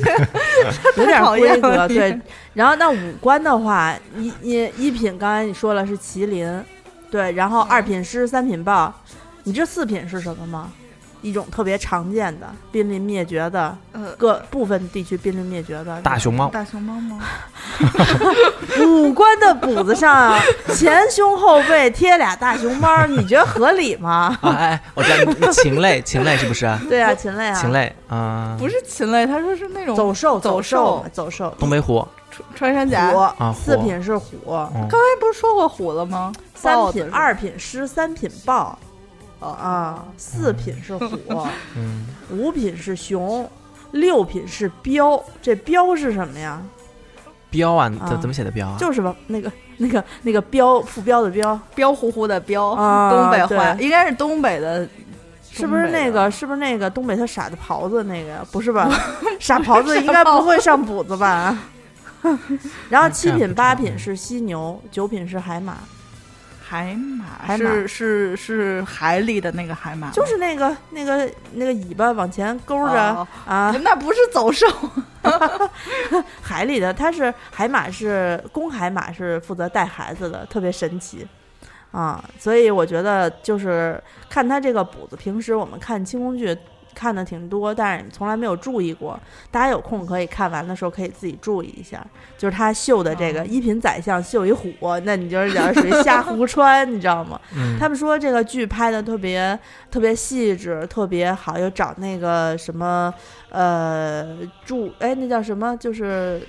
[SPEAKER 1] 有点
[SPEAKER 3] 讨
[SPEAKER 1] 规
[SPEAKER 3] 厌
[SPEAKER 1] 格，
[SPEAKER 3] 了你
[SPEAKER 1] 对。然后那五官的话，一一一品刚才你说了是
[SPEAKER 3] 嗯
[SPEAKER 1] 麒麟，对，然后二品狮，三品豹，你知道四品是什么吗？一种特别常见的濒临灭绝的
[SPEAKER 3] [LAUGHS] 呃，
[SPEAKER 1] 各部分地区濒临灭绝的
[SPEAKER 2] 大熊猫，
[SPEAKER 3] 大熊猫吗？
[SPEAKER 1] 五官的补子上啊 [LAUGHS] 前胸后背贴俩大熊猫，你觉得合理吗？
[SPEAKER 2] 啊哎，我知道你禽类，禽类是不是？
[SPEAKER 1] [LAUGHS] 对啊，禽类啊，
[SPEAKER 2] 禽类啊，
[SPEAKER 3] 不是禽类，他说是那种
[SPEAKER 1] 走兽，
[SPEAKER 3] 走
[SPEAKER 1] 兽
[SPEAKER 3] 兽
[SPEAKER 1] 嘛，走兽，
[SPEAKER 2] 东北虎，哦
[SPEAKER 3] 穿穿山甲。
[SPEAKER 1] 虎
[SPEAKER 3] 刚
[SPEAKER 2] 啊
[SPEAKER 1] 四
[SPEAKER 2] 虎
[SPEAKER 1] 品是虎，
[SPEAKER 2] 嗯
[SPEAKER 3] 才不是说过虎了吗？
[SPEAKER 1] 三
[SPEAKER 3] 哦豹子
[SPEAKER 1] 品
[SPEAKER 3] 是吧
[SPEAKER 1] 二品狮，三品豹
[SPEAKER 3] 哦
[SPEAKER 1] 啊，四品是虎，
[SPEAKER 3] [LAUGHS]
[SPEAKER 2] 嗯，
[SPEAKER 1] 五品是熊，六品是彪。这彪是什么呀？
[SPEAKER 2] 标啊，
[SPEAKER 1] 啊
[SPEAKER 2] 怎怎么写的标啊？
[SPEAKER 1] 就是吧，那个那个那个彪，副彪的彪，
[SPEAKER 3] 彪呼呼的彪，
[SPEAKER 1] 啊
[SPEAKER 3] 东北话
[SPEAKER 1] 对
[SPEAKER 3] 应该是东北的，
[SPEAKER 1] 是不是
[SPEAKER 3] 东北的
[SPEAKER 1] 那个？是不是那个东北他傻的狍子那个呀？不是
[SPEAKER 3] [LAUGHS]
[SPEAKER 1] 吧？傻狍子应该不会上补子吧？ [LAUGHS] 然后七
[SPEAKER 2] 这样
[SPEAKER 1] 品
[SPEAKER 2] 不嗯啊
[SPEAKER 1] 八
[SPEAKER 2] 知道
[SPEAKER 1] 品是犀牛，九品是海马，
[SPEAKER 3] 海马？
[SPEAKER 1] 海马
[SPEAKER 3] 是是是海里的那个海马吗，
[SPEAKER 1] 就是那个那个那个尾巴往前勾着、
[SPEAKER 3] 哦
[SPEAKER 1] 啊，
[SPEAKER 3] 那不是走兽，
[SPEAKER 1] 海里的它是海马是公海马是负责带孩子的，特别神奇啊！所以我觉得就是看它这个补子，平时我们看清宫剧看的挺多，但是从来没有注意过。大家有空可以看完的时候可以自己注意一下，就是他绣的这个
[SPEAKER 3] 哦
[SPEAKER 1] 一品宰相绣一虎，那你就是有点属于瞎胡穿，你知道吗？
[SPEAKER 2] 嗯，
[SPEAKER 1] 他们说这个剧拍的特别特别细致，特别好，又找那个什么呃助哎那叫什么，就是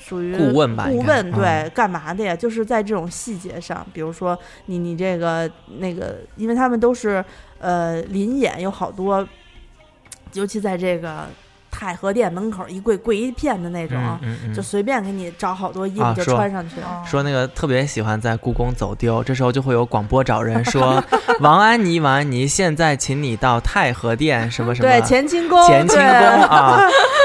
[SPEAKER 1] 属于
[SPEAKER 2] 顾问吧
[SPEAKER 1] 顾
[SPEAKER 2] 应该
[SPEAKER 1] 问
[SPEAKER 2] 嗯
[SPEAKER 1] 对、干嘛的呀？就是在这种细节上，比如说你你这个那个，因为他们都是呃临演有好多，尤其在这个太和殿门口一跪跪一片的那种。啊
[SPEAKER 2] 嗯嗯嗯
[SPEAKER 1] 就随便给你找好多衣服
[SPEAKER 2] 啊
[SPEAKER 1] 就是
[SPEAKER 2] 吧
[SPEAKER 1] 穿上去，
[SPEAKER 3] 哦
[SPEAKER 2] 说那个特别喜欢在故宫走丢，这时候就会有广播找人
[SPEAKER 1] [LAUGHS]
[SPEAKER 2] 说：“王安妮，王安妮，现在请你到太和殿什么什么
[SPEAKER 1] 对乾清宫，
[SPEAKER 2] 乾清宫
[SPEAKER 1] 对
[SPEAKER 2] 啊，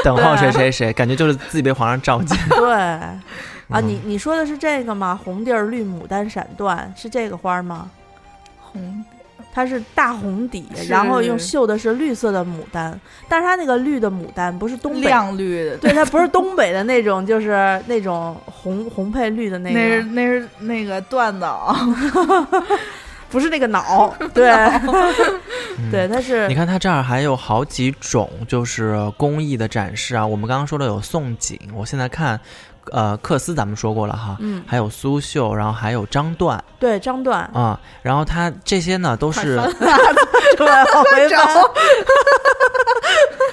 [SPEAKER 2] 等候谁谁谁。”感觉就是自己被皇上召见。
[SPEAKER 1] [LAUGHS]
[SPEAKER 2] [LAUGHS]
[SPEAKER 1] 对，啊，
[SPEAKER 2] 嗯
[SPEAKER 1] 你你说的是这个吗？红地儿绿牡丹闪缎是这个花儿吗？
[SPEAKER 3] 红
[SPEAKER 1] 它是大红底，
[SPEAKER 3] 是
[SPEAKER 1] 然后用绣的是绿色的牡丹，但是它那个绿的牡丹不是东北，
[SPEAKER 3] 亮绿的，
[SPEAKER 1] 对，它不是东北的那种，就是那种红红配绿的那
[SPEAKER 3] 那是
[SPEAKER 1] 个，
[SPEAKER 3] 那是那个段子啊，
[SPEAKER 1] [LAUGHS] 不是那个
[SPEAKER 3] [LAUGHS]
[SPEAKER 1] 脑，对，
[SPEAKER 2] 嗯
[SPEAKER 1] 对，它是
[SPEAKER 2] 你看它这儿还有好几种就是工艺的展示啊。我们刚刚说的有宋锦，我现在看，呃，克丝咱们说过了哈，
[SPEAKER 1] 嗯，
[SPEAKER 2] 还有苏绣，然后还有张缎啊、
[SPEAKER 1] 对，张缎，
[SPEAKER 2] [LAUGHS] 然后它这些呢都
[SPEAKER 3] [LAUGHS]
[SPEAKER 2] 是
[SPEAKER 1] 对，往回
[SPEAKER 3] 找
[SPEAKER 1] 翻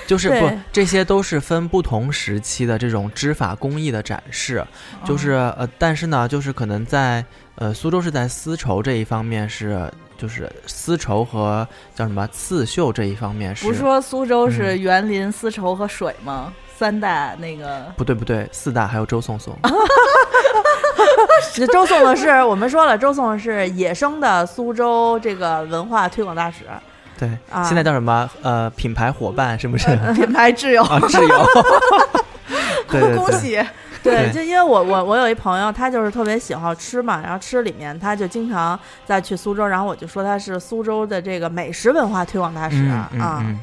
[SPEAKER 2] 就是
[SPEAKER 1] 对
[SPEAKER 2] 不这些都是分不同时期的这种织法工艺的展示，
[SPEAKER 1] 哦
[SPEAKER 2] 就是呃，但是呢，就是可能在呃苏州是在丝绸这一方面是就是丝绸和叫什么刺绣这一方面是
[SPEAKER 3] 不是说苏州
[SPEAKER 2] 嗯
[SPEAKER 3] 是园林、丝绸和水吗？三大那个
[SPEAKER 2] 不对不对四大还有周颂颂。
[SPEAKER 1] 周颂的是我们说了，周颂是野生的苏州这个文化推广大使，
[SPEAKER 2] 对，
[SPEAKER 1] 啊
[SPEAKER 2] 现在叫什么？呃，品牌伙伴是不是？
[SPEAKER 3] 品牌挚友，
[SPEAKER 2] [LAUGHS] 啊，挚友。对对对，
[SPEAKER 3] 呃恭喜
[SPEAKER 1] [LAUGHS] 对，
[SPEAKER 2] 对
[SPEAKER 1] 就因为我我我有一朋友，他就是特别喜好吃嘛，然后吃里面他就经常再去苏州，然后我就说他是苏州的这个美食文化推广大使
[SPEAKER 2] 嗯
[SPEAKER 1] 啊，
[SPEAKER 2] 嗯嗯，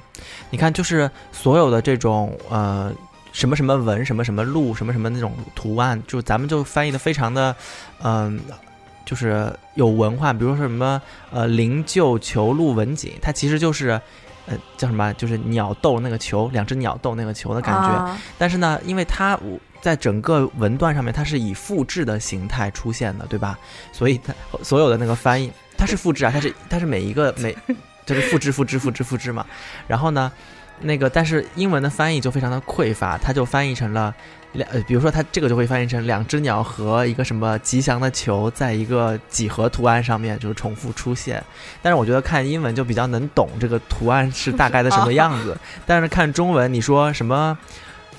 [SPEAKER 2] 你看，就是所有的这种呃什么什么文、什么什么路、什么什么那种图案，就咱们就翻译的非常的，嗯、就是有文化。比如说什么呃灵鹫球鹭文锦，它其实就是。呃，叫什么？就是鸟斗那个球，两只鸟斗那个球的感觉。
[SPEAKER 1] 啊
[SPEAKER 2] 但是呢，因为它我在整个文段上面，它是以复制的形态出现的，对吧？所以它所有的那个翻译，它是复制啊，它是它是每一个每就是复制复制复制复制嘛。然后呢，那个但是英文的翻译就非常的匮乏，它就翻译成了。两，呃比如说它这个就会翻译成两只鸟和一个什么吉祥的球，在一个几何图案上面就是重复出现。但是我觉得看英文就比较能懂这个图案是大概的什么样子，但是看中文你说什么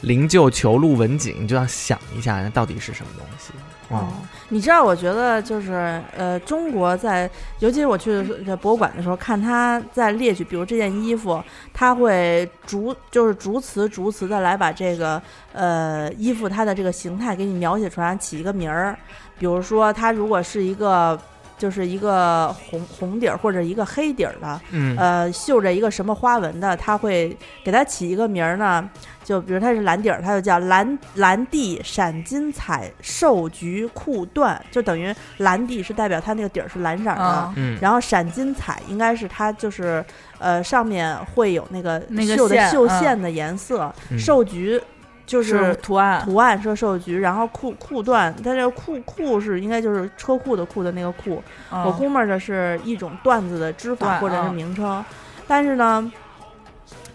[SPEAKER 2] 灵鹫球鹭文景，你就要想一下那到底是什么东西。
[SPEAKER 1] 哦
[SPEAKER 2] 嗯，
[SPEAKER 1] 你知道，我觉得就是呃，中国在，尤其是我去博物馆的时候，看他在列举，比如这件衣服，他会逐就是逐词逐词的来把这个呃衣服它的这个形态给你描写出来，起一个名儿。比如说，它如果是一个就是一个红红底儿或者一个黑底儿的，
[SPEAKER 2] 嗯
[SPEAKER 1] 呃，绣着一个什么花纹的，它会给它起一个名儿呢，就比如它是蓝底儿，它就叫蓝蓝地闪金彩寿菊裤缎，就等于蓝地是代表它那个底儿是蓝色儿的，
[SPEAKER 3] 啊，
[SPEAKER 2] 嗯，
[SPEAKER 1] 呃然后闪金彩应该是它就是呃上面会有那个
[SPEAKER 3] 那个
[SPEAKER 1] 绣的
[SPEAKER 3] 线
[SPEAKER 1] 绣
[SPEAKER 3] 嗯
[SPEAKER 1] 线的颜色，
[SPEAKER 2] 嗯
[SPEAKER 1] 寿菊就是
[SPEAKER 3] 图案，
[SPEAKER 1] 图案是寿菊，然后裤裤缎，它这个裤裤是应该就是车库的裤的那个裤，我
[SPEAKER 3] 我
[SPEAKER 1] 估摸着是一种段子的织法
[SPEAKER 3] 嗯段
[SPEAKER 1] 或者是
[SPEAKER 3] 嗯
[SPEAKER 1] 名称，但是呢，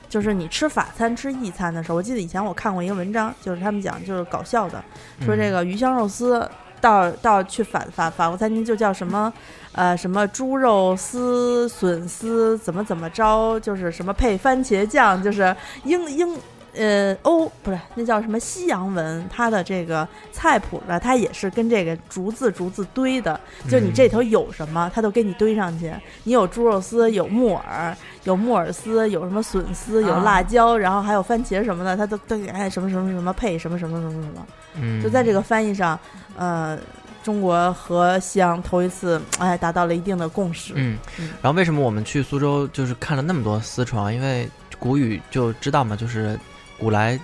[SPEAKER 1] 就是你吃法餐吃意餐的时候，我记得以前我看过一个文章，就是他们讲就是搞笑的，
[SPEAKER 2] 嗯
[SPEAKER 1] 说这个鱼香肉丝到到去法法法国餐厅就叫什么呃什么猪肉丝笋丝怎么怎么着，就是什么配番茄酱，就是英英。呃，欧不是那叫什么西洋文，它的这个菜谱呢，它也是跟这个逐字逐字堆的，就
[SPEAKER 2] 嗯
[SPEAKER 1] 你这头有什么，它都给你堆上去。你有猪肉丝，有木耳，有木耳丝，有什么笋丝，有
[SPEAKER 3] 啊
[SPEAKER 1] 辣椒，然后还有番茄什么的，它都都给哎什么什么什么配什么什么什么什么。
[SPEAKER 2] 嗯，
[SPEAKER 1] 就在这
[SPEAKER 2] 个
[SPEAKER 1] 个翻译上，呃，中国和西洋头一次哎达到了一定的共识。
[SPEAKER 2] 嗯
[SPEAKER 1] 嗯，
[SPEAKER 2] 然后为什么我们去苏州就是看了那么多丝床？因为古语就知道嘛，就是古来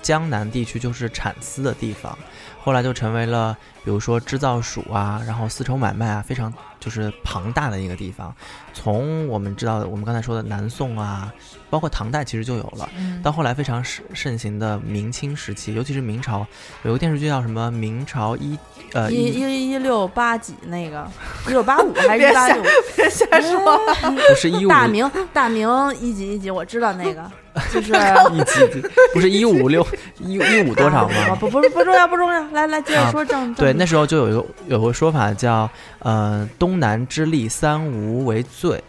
[SPEAKER 2] 江南地区就是产丝的地方，后来就成为了比如说织造署啊，然后丝绸买卖啊，非常就是庞大的一个地方。从我们知道的，我们刚才说的南宋啊，包括唐代其实就有了。
[SPEAKER 3] 嗯 [LAUGHS]
[SPEAKER 2] 到后来非常盛盛行的明清时期，尤其是明朝，有个电视剧叫什么《明朝一呃
[SPEAKER 1] 一
[SPEAKER 2] 一
[SPEAKER 1] 一一六八几那个，一六八五还是
[SPEAKER 3] 别
[SPEAKER 1] 一八
[SPEAKER 3] 吓
[SPEAKER 1] 六？
[SPEAKER 2] [LAUGHS]
[SPEAKER 3] 别瞎说，
[SPEAKER 2] 不
[SPEAKER 1] [LAUGHS]
[SPEAKER 2] 是一五
[SPEAKER 1] 大明大明一几一几，我知道那个，
[SPEAKER 3] [LAUGHS]
[SPEAKER 1] 就是
[SPEAKER 2] 一级不是一五六一一五 [LAUGHS] 多少吗？
[SPEAKER 1] 啊不不不重要不重要，来来接着说正正
[SPEAKER 2] 对，那时候就有一个有个说法叫，呃，东南之利三吴为最，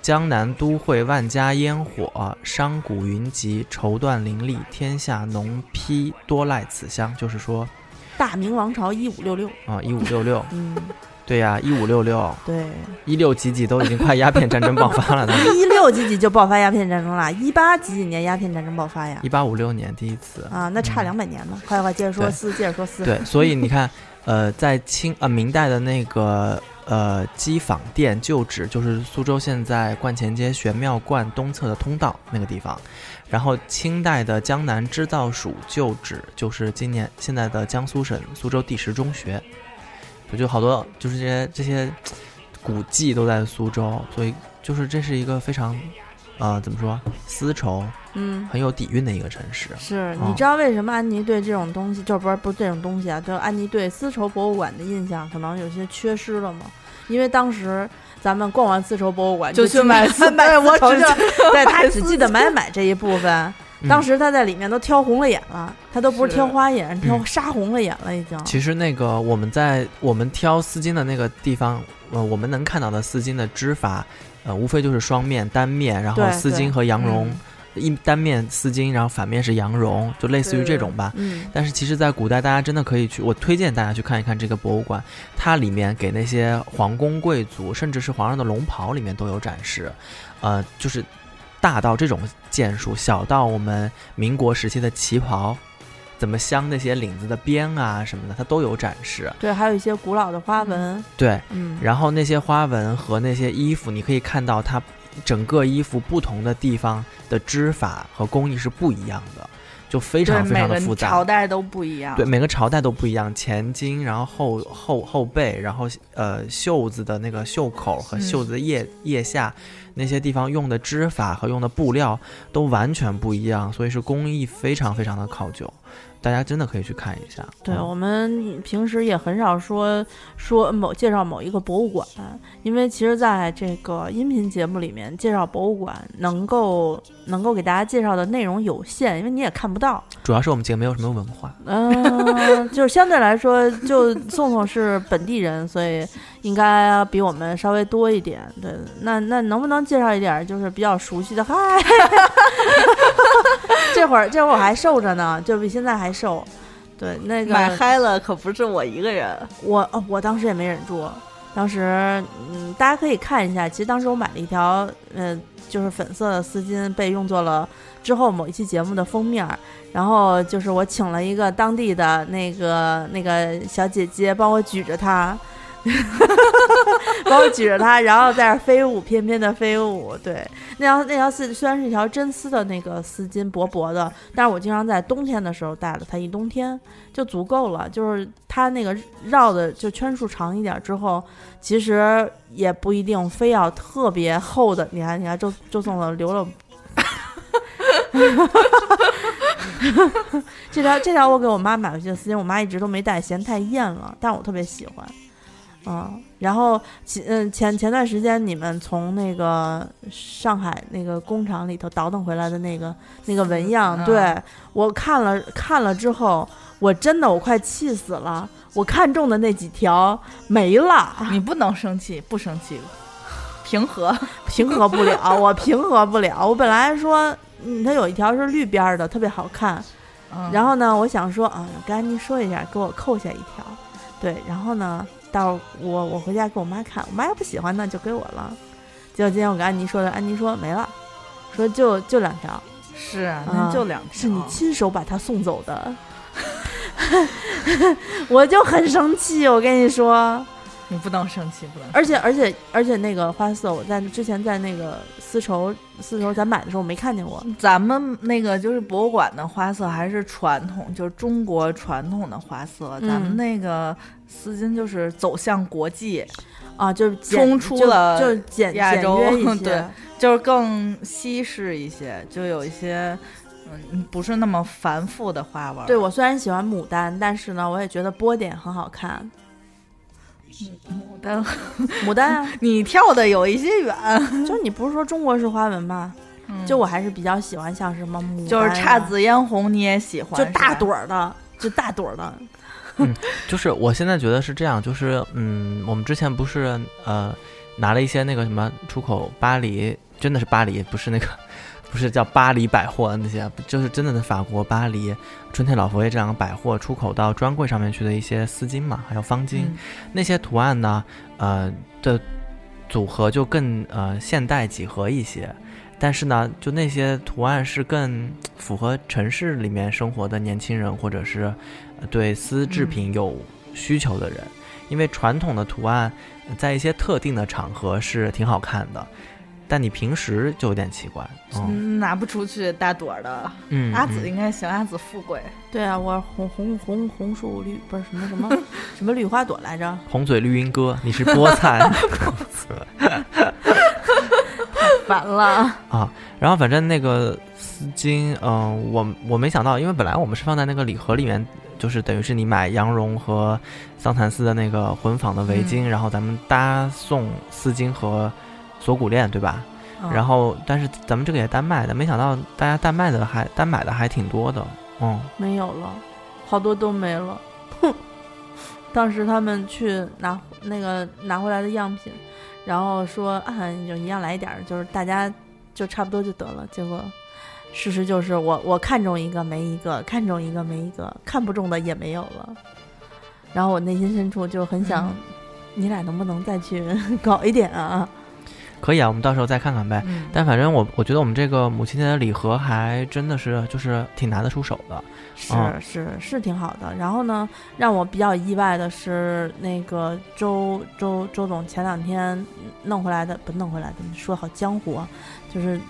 [SPEAKER 2] 江南都会万家烟火，商贾云集，绸缎林立，天下农批多赖此乡。就是说
[SPEAKER 1] 大明王朝一五六六，
[SPEAKER 2] 啊，一五六六，
[SPEAKER 1] 嗯，
[SPEAKER 2] 对呀、1一五六六，
[SPEAKER 1] 对，
[SPEAKER 2] 一六几几都已经快鸦片战争爆发了，
[SPEAKER 1] 一六几几就爆发鸦片战争了，一八几几年鸦片战争爆发呀
[SPEAKER 2] 一？八五六年第一次。
[SPEAKER 1] 啊，那差两百年呢，快快接着说
[SPEAKER 2] 对
[SPEAKER 1] 四，接着说四，
[SPEAKER 2] 对，所以你看，呃，在清呃明代的那个呃机坊店旧址，就是苏州现在观前街玄妙观东侧的通道那个地方。然后清代的江南织造署旧址，就是今年现在的江苏省苏州第十中学。我就好多就是这些这些古迹都在苏州，所以就是这是一个非常呃怎么说丝绸
[SPEAKER 1] 嗯。
[SPEAKER 2] 很有底蕴的一个城市。
[SPEAKER 1] 是，
[SPEAKER 2] 哦
[SPEAKER 1] 你知道为什么安妮对这种东西，就不是不是这种东西啊，就是安妮对丝绸博物馆的印象可能有些缺失了吗？因为当时咱们逛完丝绸博物馆
[SPEAKER 3] 就去买丝
[SPEAKER 1] 丝， [LAUGHS] 买
[SPEAKER 3] 对我
[SPEAKER 1] 绸
[SPEAKER 3] 只
[SPEAKER 1] 就
[SPEAKER 3] [LAUGHS] 记
[SPEAKER 1] 对他只
[SPEAKER 3] 丝
[SPEAKER 1] 记得买买这一部分，当
[SPEAKER 2] 时。
[SPEAKER 1] 时他在里面都挑红了眼了，他都不是
[SPEAKER 3] 是
[SPEAKER 1] 挑花眼，挑
[SPEAKER 2] 嗯
[SPEAKER 1] 杀红了眼了已经。
[SPEAKER 2] 其实那个我们在我们挑丝巾的那个地方，呃，我们能看到的丝巾的织法，呃，无非就是双面、单面，然后
[SPEAKER 1] 对
[SPEAKER 2] 丝巾
[SPEAKER 1] 对
[SPEAKER 2] 和羊绒
[SPEAKER 1] 嗯，
[SPEAKER 2] 一单面丝巾，然后反面是羊绒，就类似于
[SPEAKER 3] 对
[SPEAKER 2] 这种吧。
[SPEAKER 1] 嗯，
[SPEAKER 2] 但是其实，在古代，大家真的可以去，我推荐大家去看一看这个博物馆，它里面给那些皇宫贵族，甚至是皇上的龙袍里面都有展示，呃，就是大到这种建树，小到我们民国时期的旗袍，怎么镶那些领子的边啊什么的，它都有展示。
[SPEAKER 1] 对，还有一些古老的花纹，
[SPEAKER 2] 对，
[SPEAKER 1] 嗯，
[SPEAKER 2] 然后那些花纹和那些衣服，你可以看到它整个衣服不同的地方的织法和工艺是不一样的，就非
[SPEAKER 3] 对
[SPEAKER 2] 常非
[SPEAKER 3] 每
[SPEAKER 2] 常的
[SPEAKER 3] 个
[SPEAKER 2] 复杂。
[SPEAKER 3] 朝代都不一样，
[SPEAKER 2] 对，，每个朝代都不一样，前襟，然后后后后背，然后呃袖子的那个袖口和
[SPEAKER 3] 嗯
[SPEAKER 2] 袖子腋腋下那些地方用的织法和用的布料都完全不一样，所以是工艺非常非常的考究，大家真的可以去看一下。
[SPEAKER 1] 对哦
[SPEAKER 2] 嗯
[SPEAKER 1] 我们平时也很少说说某介绍某一个博物馆，因为其实在这个音频节目里面介绍博物馆，能够能够给大家介绍的内容有限，因为你也看不到。
[SPEAKER 2] 主要是我们节目没有什么文化，
[SPEAKER 1] 嗯， [LAUGHS] 就是相对来说，就宋宋是本地人，所以应该比我们稍微多一点。对，那那能不能介绍一点儿就是比较熟悉的？嗨，这会儿这会儿我还瘦着呢，就比现在还瘦。对，那个
[SPEAKER 3] 买嗨了可不是我一个人，
[SPEAKER 1] 我哦，我当时也没忍住，当时嗯，大家可以看一下，其实当时我买了一条，呃，就是粉色的丝巾，被用作了之后某一期节目的封面儿。然后就是我请了一个当地的那个那个小姐姐帮我举着它。 [LAUGHS] 把我举着它，然后在那儿飞舞，翩翩的飞舞。对，那条那条丝虽然是一条真丝的那个丝巾，薄薄的，但是我经常在冬天的时候戴了它一冬天就足够了。就是它那个绕的就圈数长一点之后，其实也不一定非要特别厚的。你看，你看，周周总的留了。 [LAUGHS] 这条这条我给我妈买回去的丝巾，我妈一直都没戴，嫌太艳了，但我特别喜欢。嗯，然后前嗯前前段时间你们从那个上海那个工厂里头倒腾回来的那个那个纹样，
[SPEAKER 3] 嗯
[SPEAKER 1] 对我看了看了之后，我真的我快气死了，我看中的那几条没了，
[SPEAKER 3] [LAUGHS] 你不能生气，不生气，平和。
[SPEAKER 1] 平和不了，我平和不了。我本来说，嗯，它有一条是绿边儿的，特别好看，
[SPEAKER 3] 嗯
[SPEAKER 1] 然后呢，我想说啊，我跟安妮说一下，给我扣下一条。对，然后呢，到我我回家给我妈看，我妈要不喜欢那就给我了。结果今天我跟安妮说的，安妮说没了，说就就两条，
[SPEAKER 3] 是啊，那就两条。
[SPEAKER 1] 是你亲手把它送走的。 [LAUGHS] 我就很生气，我跟你说，
[SPEAKER 3] 你不能生气，不能生
[SPEAKER 1] 而且而且而且那个花色，我在之前在那个丝绸丝绸咱买的时候我没看见过，
[SPEAKER 3] 气。咱们那个就是博物馆的花色还是传统，就是中国传统的花色。
[SPEAKER 1] 嗯
[SPEAKER 3] 咱们那个丝巾就是走向国际，
[SPEAKER 1] 啊，就是简
[SPEAKER 3] 冲出
[SPEAKER 1] 就
[SPEAKER 3] 了
[SPEAKER 1] 就是简
[SPEAKER 3] 亚
[SPEAKER 1] 简
[SPEAKER 3] 洲
[SPEAKER 1] 约
[SPEAKER 3] [LAUGHS]
[SPEAKER 1] 一些，
[SPEAKER 3] 对就是更西式一些，就有一些嗯不是那么繁复的花纹。
[SPEAKER 1] 对，我虽然喜欢牡丹，但是呢，我也觉得波点很好看。
[SPEAKER 3] 牡丹，，
[SPEAKER 1] 牡丹啊
[SPEAKER 3] 你跳的有一些远，
[SPEAKER 1] 就你不是说中国式花纹吗？
[SPEAKER 3] 嗯
[SPEAKER 1] 就我还是比较喜欢像什么牡丹、啊
[SPEAKER 3] 就是姹，紫嫣红，你也喜欢，
[SPEAKER 1] 就是大
[SPEAKER 3] 吧
[SPEAKER 2] 嗯
[SPEAKER 1] 朵儿的，就大朵儿的。
[SPEAKER 2] 就是我现在觉得是这样，就是嗯，我们之前不是呃拿了一些那个什么出口巴黎，真的是巴黎，不是那个不是叫巴黎百货那些，就是真的的法国巴黎春天老佛爷这两个百货出口到专柜上面去的一些丝巾嘛，还有方巾，
[SPEAKER 3] 嗯
[SPEAKER 2] 那些图案呢，呃的组合就更呃现代几何一些，但是呢，就那些图案是更符合城市里面生活的年轻人，或者是呃对丝
[SPEAKER 3] 嗯
[SPEAKER 2] 制品有需求的人，因为传统的图案呃在一些特定的场合是挺好看的，但你平时就有点奇怪。嗯
[SPEAKER 3] 嗯，拿不出去大朵儿的。
[SPEAKER 2] 嗯，
[SPEAKER 3] 阿紫
[SPEAKER 2] 嗯
[SPEAKER 3] 应该行，阿紫富贵，
[SPEAKER 1] 对啊，我红红红红树绿不是什么什么
[SPEAKER 3] [LAUGHS]
[SPEAKER 1] 什么绿花朵来着，
[SPEAKER 2] 红嘴绿鹦哥，你是菠菜。
[SPEAKER 1] 反了。
[SPEAKER 2] 然后反正那个丝巾，嗯、我我没想到，因为本来我们是放在那个礼盒里面，就是等于是你买羊绒和桑蚕丝的那个混纺的围巾，然后咱们搭送丝巾和锁骨链，对吧？
[SPEAKER 1] 嗯
[SPEAKER 2] 然后但是咱们这个也单卖的，没想到大家单卖的还单买的还挺多的，嗯，
[SPEAKER 1] 没有了，好多都没了。哼， [LAUGHS] 当时他们去拿那个拿回来的样品，然后说啊，你就一样来一点儿，就是大家就差不多就得了。结果事实就是我我看中一个没一个，看中一个没一个，看不中的也没有了。然后我内心深处就很想，
[SPEAKER 3] 嗯
[SPEAKER 1] 你俩能不能再去 [LAUGHS] 搞一点啊？
[SPEAKER 2] 可以啊，我们到时候再看看呗。
[SPEAKER 3] 嗯，
[SPEAKER 2] 但反正我我觉得我们这个母亲节的礼盒还真的是就是挺拿得出手的，
[SPEAKER 1] 是
[SPEAKER 2] 嗯
[SPEAKER 1] 是是挺好的。然后呢，让我比较意外的是，那个周周周总前两天弄回来的，不弄回来的，说好江湖，啊，就是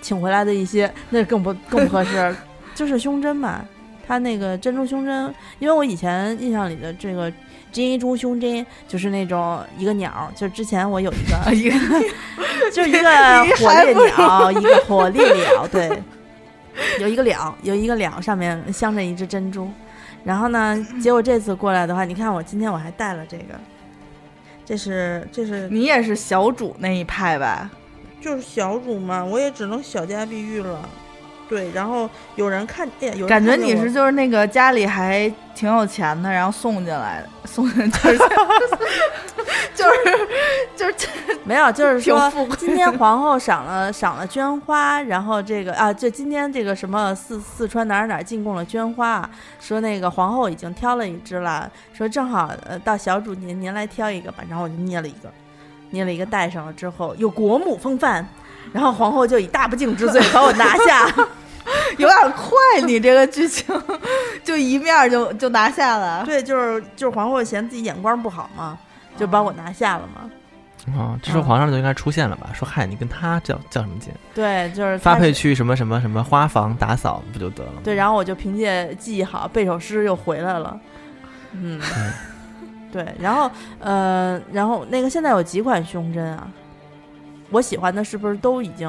[SPEAKER 1] 请回来的一些，那更不更不合适，就是胸针嘛。它那个珍珠胸针，因为我以前印象里的这个珍珠胸针就是那种一个鸟，就之前我有一个
[SPEAKER 3] 一个
[SPEAKER 1] [LAUGHS] 就是一个
[SPEAKER 3] 你
[SPEAKER 1] 火
[SPEAKER 3] 还
[SPEAKER 1] 烈
[SPEAKER 3] 不
[SPEAKER 1] 鸟，一个火烈鸟，对，有一个鸟，有一个鸟上面镶着一只珍珠。然后呢，结果这次过来的话，你看我今天我还带了这个，这是这是
[SPEAKER 3] 你也是小主那一派吧？
[SPEAKER 1] 就是小主嘛，我也只能小家碧玉了。对，然后有人看，哎呀，有人
[SPEAKER 3] 感觉
[SPEAKER 1] 看见
[SPEAKER 3] 你
[SPEAKER 1] 我
[SPEAKER 3] 是就是那个家里还挺有钱的，然后送进来的，送进 [LAUGHS] 就是就是就是
[SPEAKER 1] 没有，就是
[SPEAKER 3] 挺
[SPEAKER 1] 说
[SPEAKER 3] 富贵
[SPEAKER 1] 今天皇后赏了赏了绢花，然后这个啊，就今天这个什么四四川哪儿哪儿进贡了绢花，说那个皇后已经挑了一只了，说正好呃到小主您您来挑一个吧，然后我就捏了一个，捏了一个戴上了之后有国母风范，然后皇后就以大不敬之罪把我拿下。 [LAUGHS]
[SPEAKER 3] 有点快，你这个剧情就一面就就拿下了。
[SPEAKER 1] 对，就是就是皇后嫌自己眼光不好嘛，就把我拿下了嘛。
[SPEAKER 2] 啊，这时候皇上就应该出现了吧？说嗨，你跟他较较什么劲？
[SPEAKER 1] 对，就是
[SPEAKER 2] 发
[SPEAKER 1] 他
[SPEAKER 2] 配
[SPEAKER 1] 是
[SPEAKER 2] 去什么什么什么花房打扫不就得了吗？
[SPEAKER 1] 对，然后我就凭借记忆好背首诗又回来了，嗯， [LAUGHS] 对，然后呃，然后那个现在有几款胸针啊？我喜欢的是不是都已经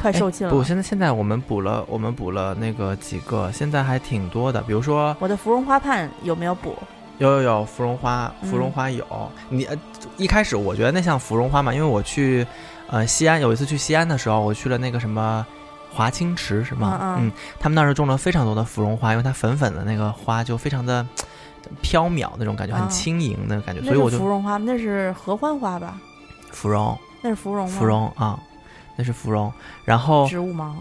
[SPEAKER 1] 快
[SPEAKER 2] 哎
[SPEAKER 1] 售罄
[SPEAKER 2] 不，
[SPEAKER 1] 了？
[SPEAKER 2] 现在现在我们补了，我们补了那个几个，现在还挺多的。比如说
[SPEAKER 1] 我的芙蓉花畔有没有补？
[SPEAKER 2] 有有有芙蓉花，
[SPEAKER 1] 嗯
[SPEAKER 2] 芙蓉花有、你呃一开始我觉得那像芙蓉花嘛，因为我去呃西安有一次去西安的时候，我去了那个什么。华清池是吗？
[SPEAKER 1] 嗯嗯
[SPEAKER 2] 他们那儿种了非常多的芙蓉花，因为它粉粉的那个花就非常的飘渺那种感觉，
[SPEAKER 1] 啊
[SPEAKER 2] 很轻盈那种感觉，
[SPEAKER 1] 那
[SPEAKER 2] 所以我
[SPEAKER 1] 是
[SPEAKER 2] 就
[SPEAKER 1] 芙蓉花，那是合欢花吧？
[SPEAKER 2] 芙蓉
[SPEAKER 1] 那是芙蓉吗？
[SPEAKER 2] 芙蓉啊，那是芙蓉。然后
[SPEAKER 1] 植物吗？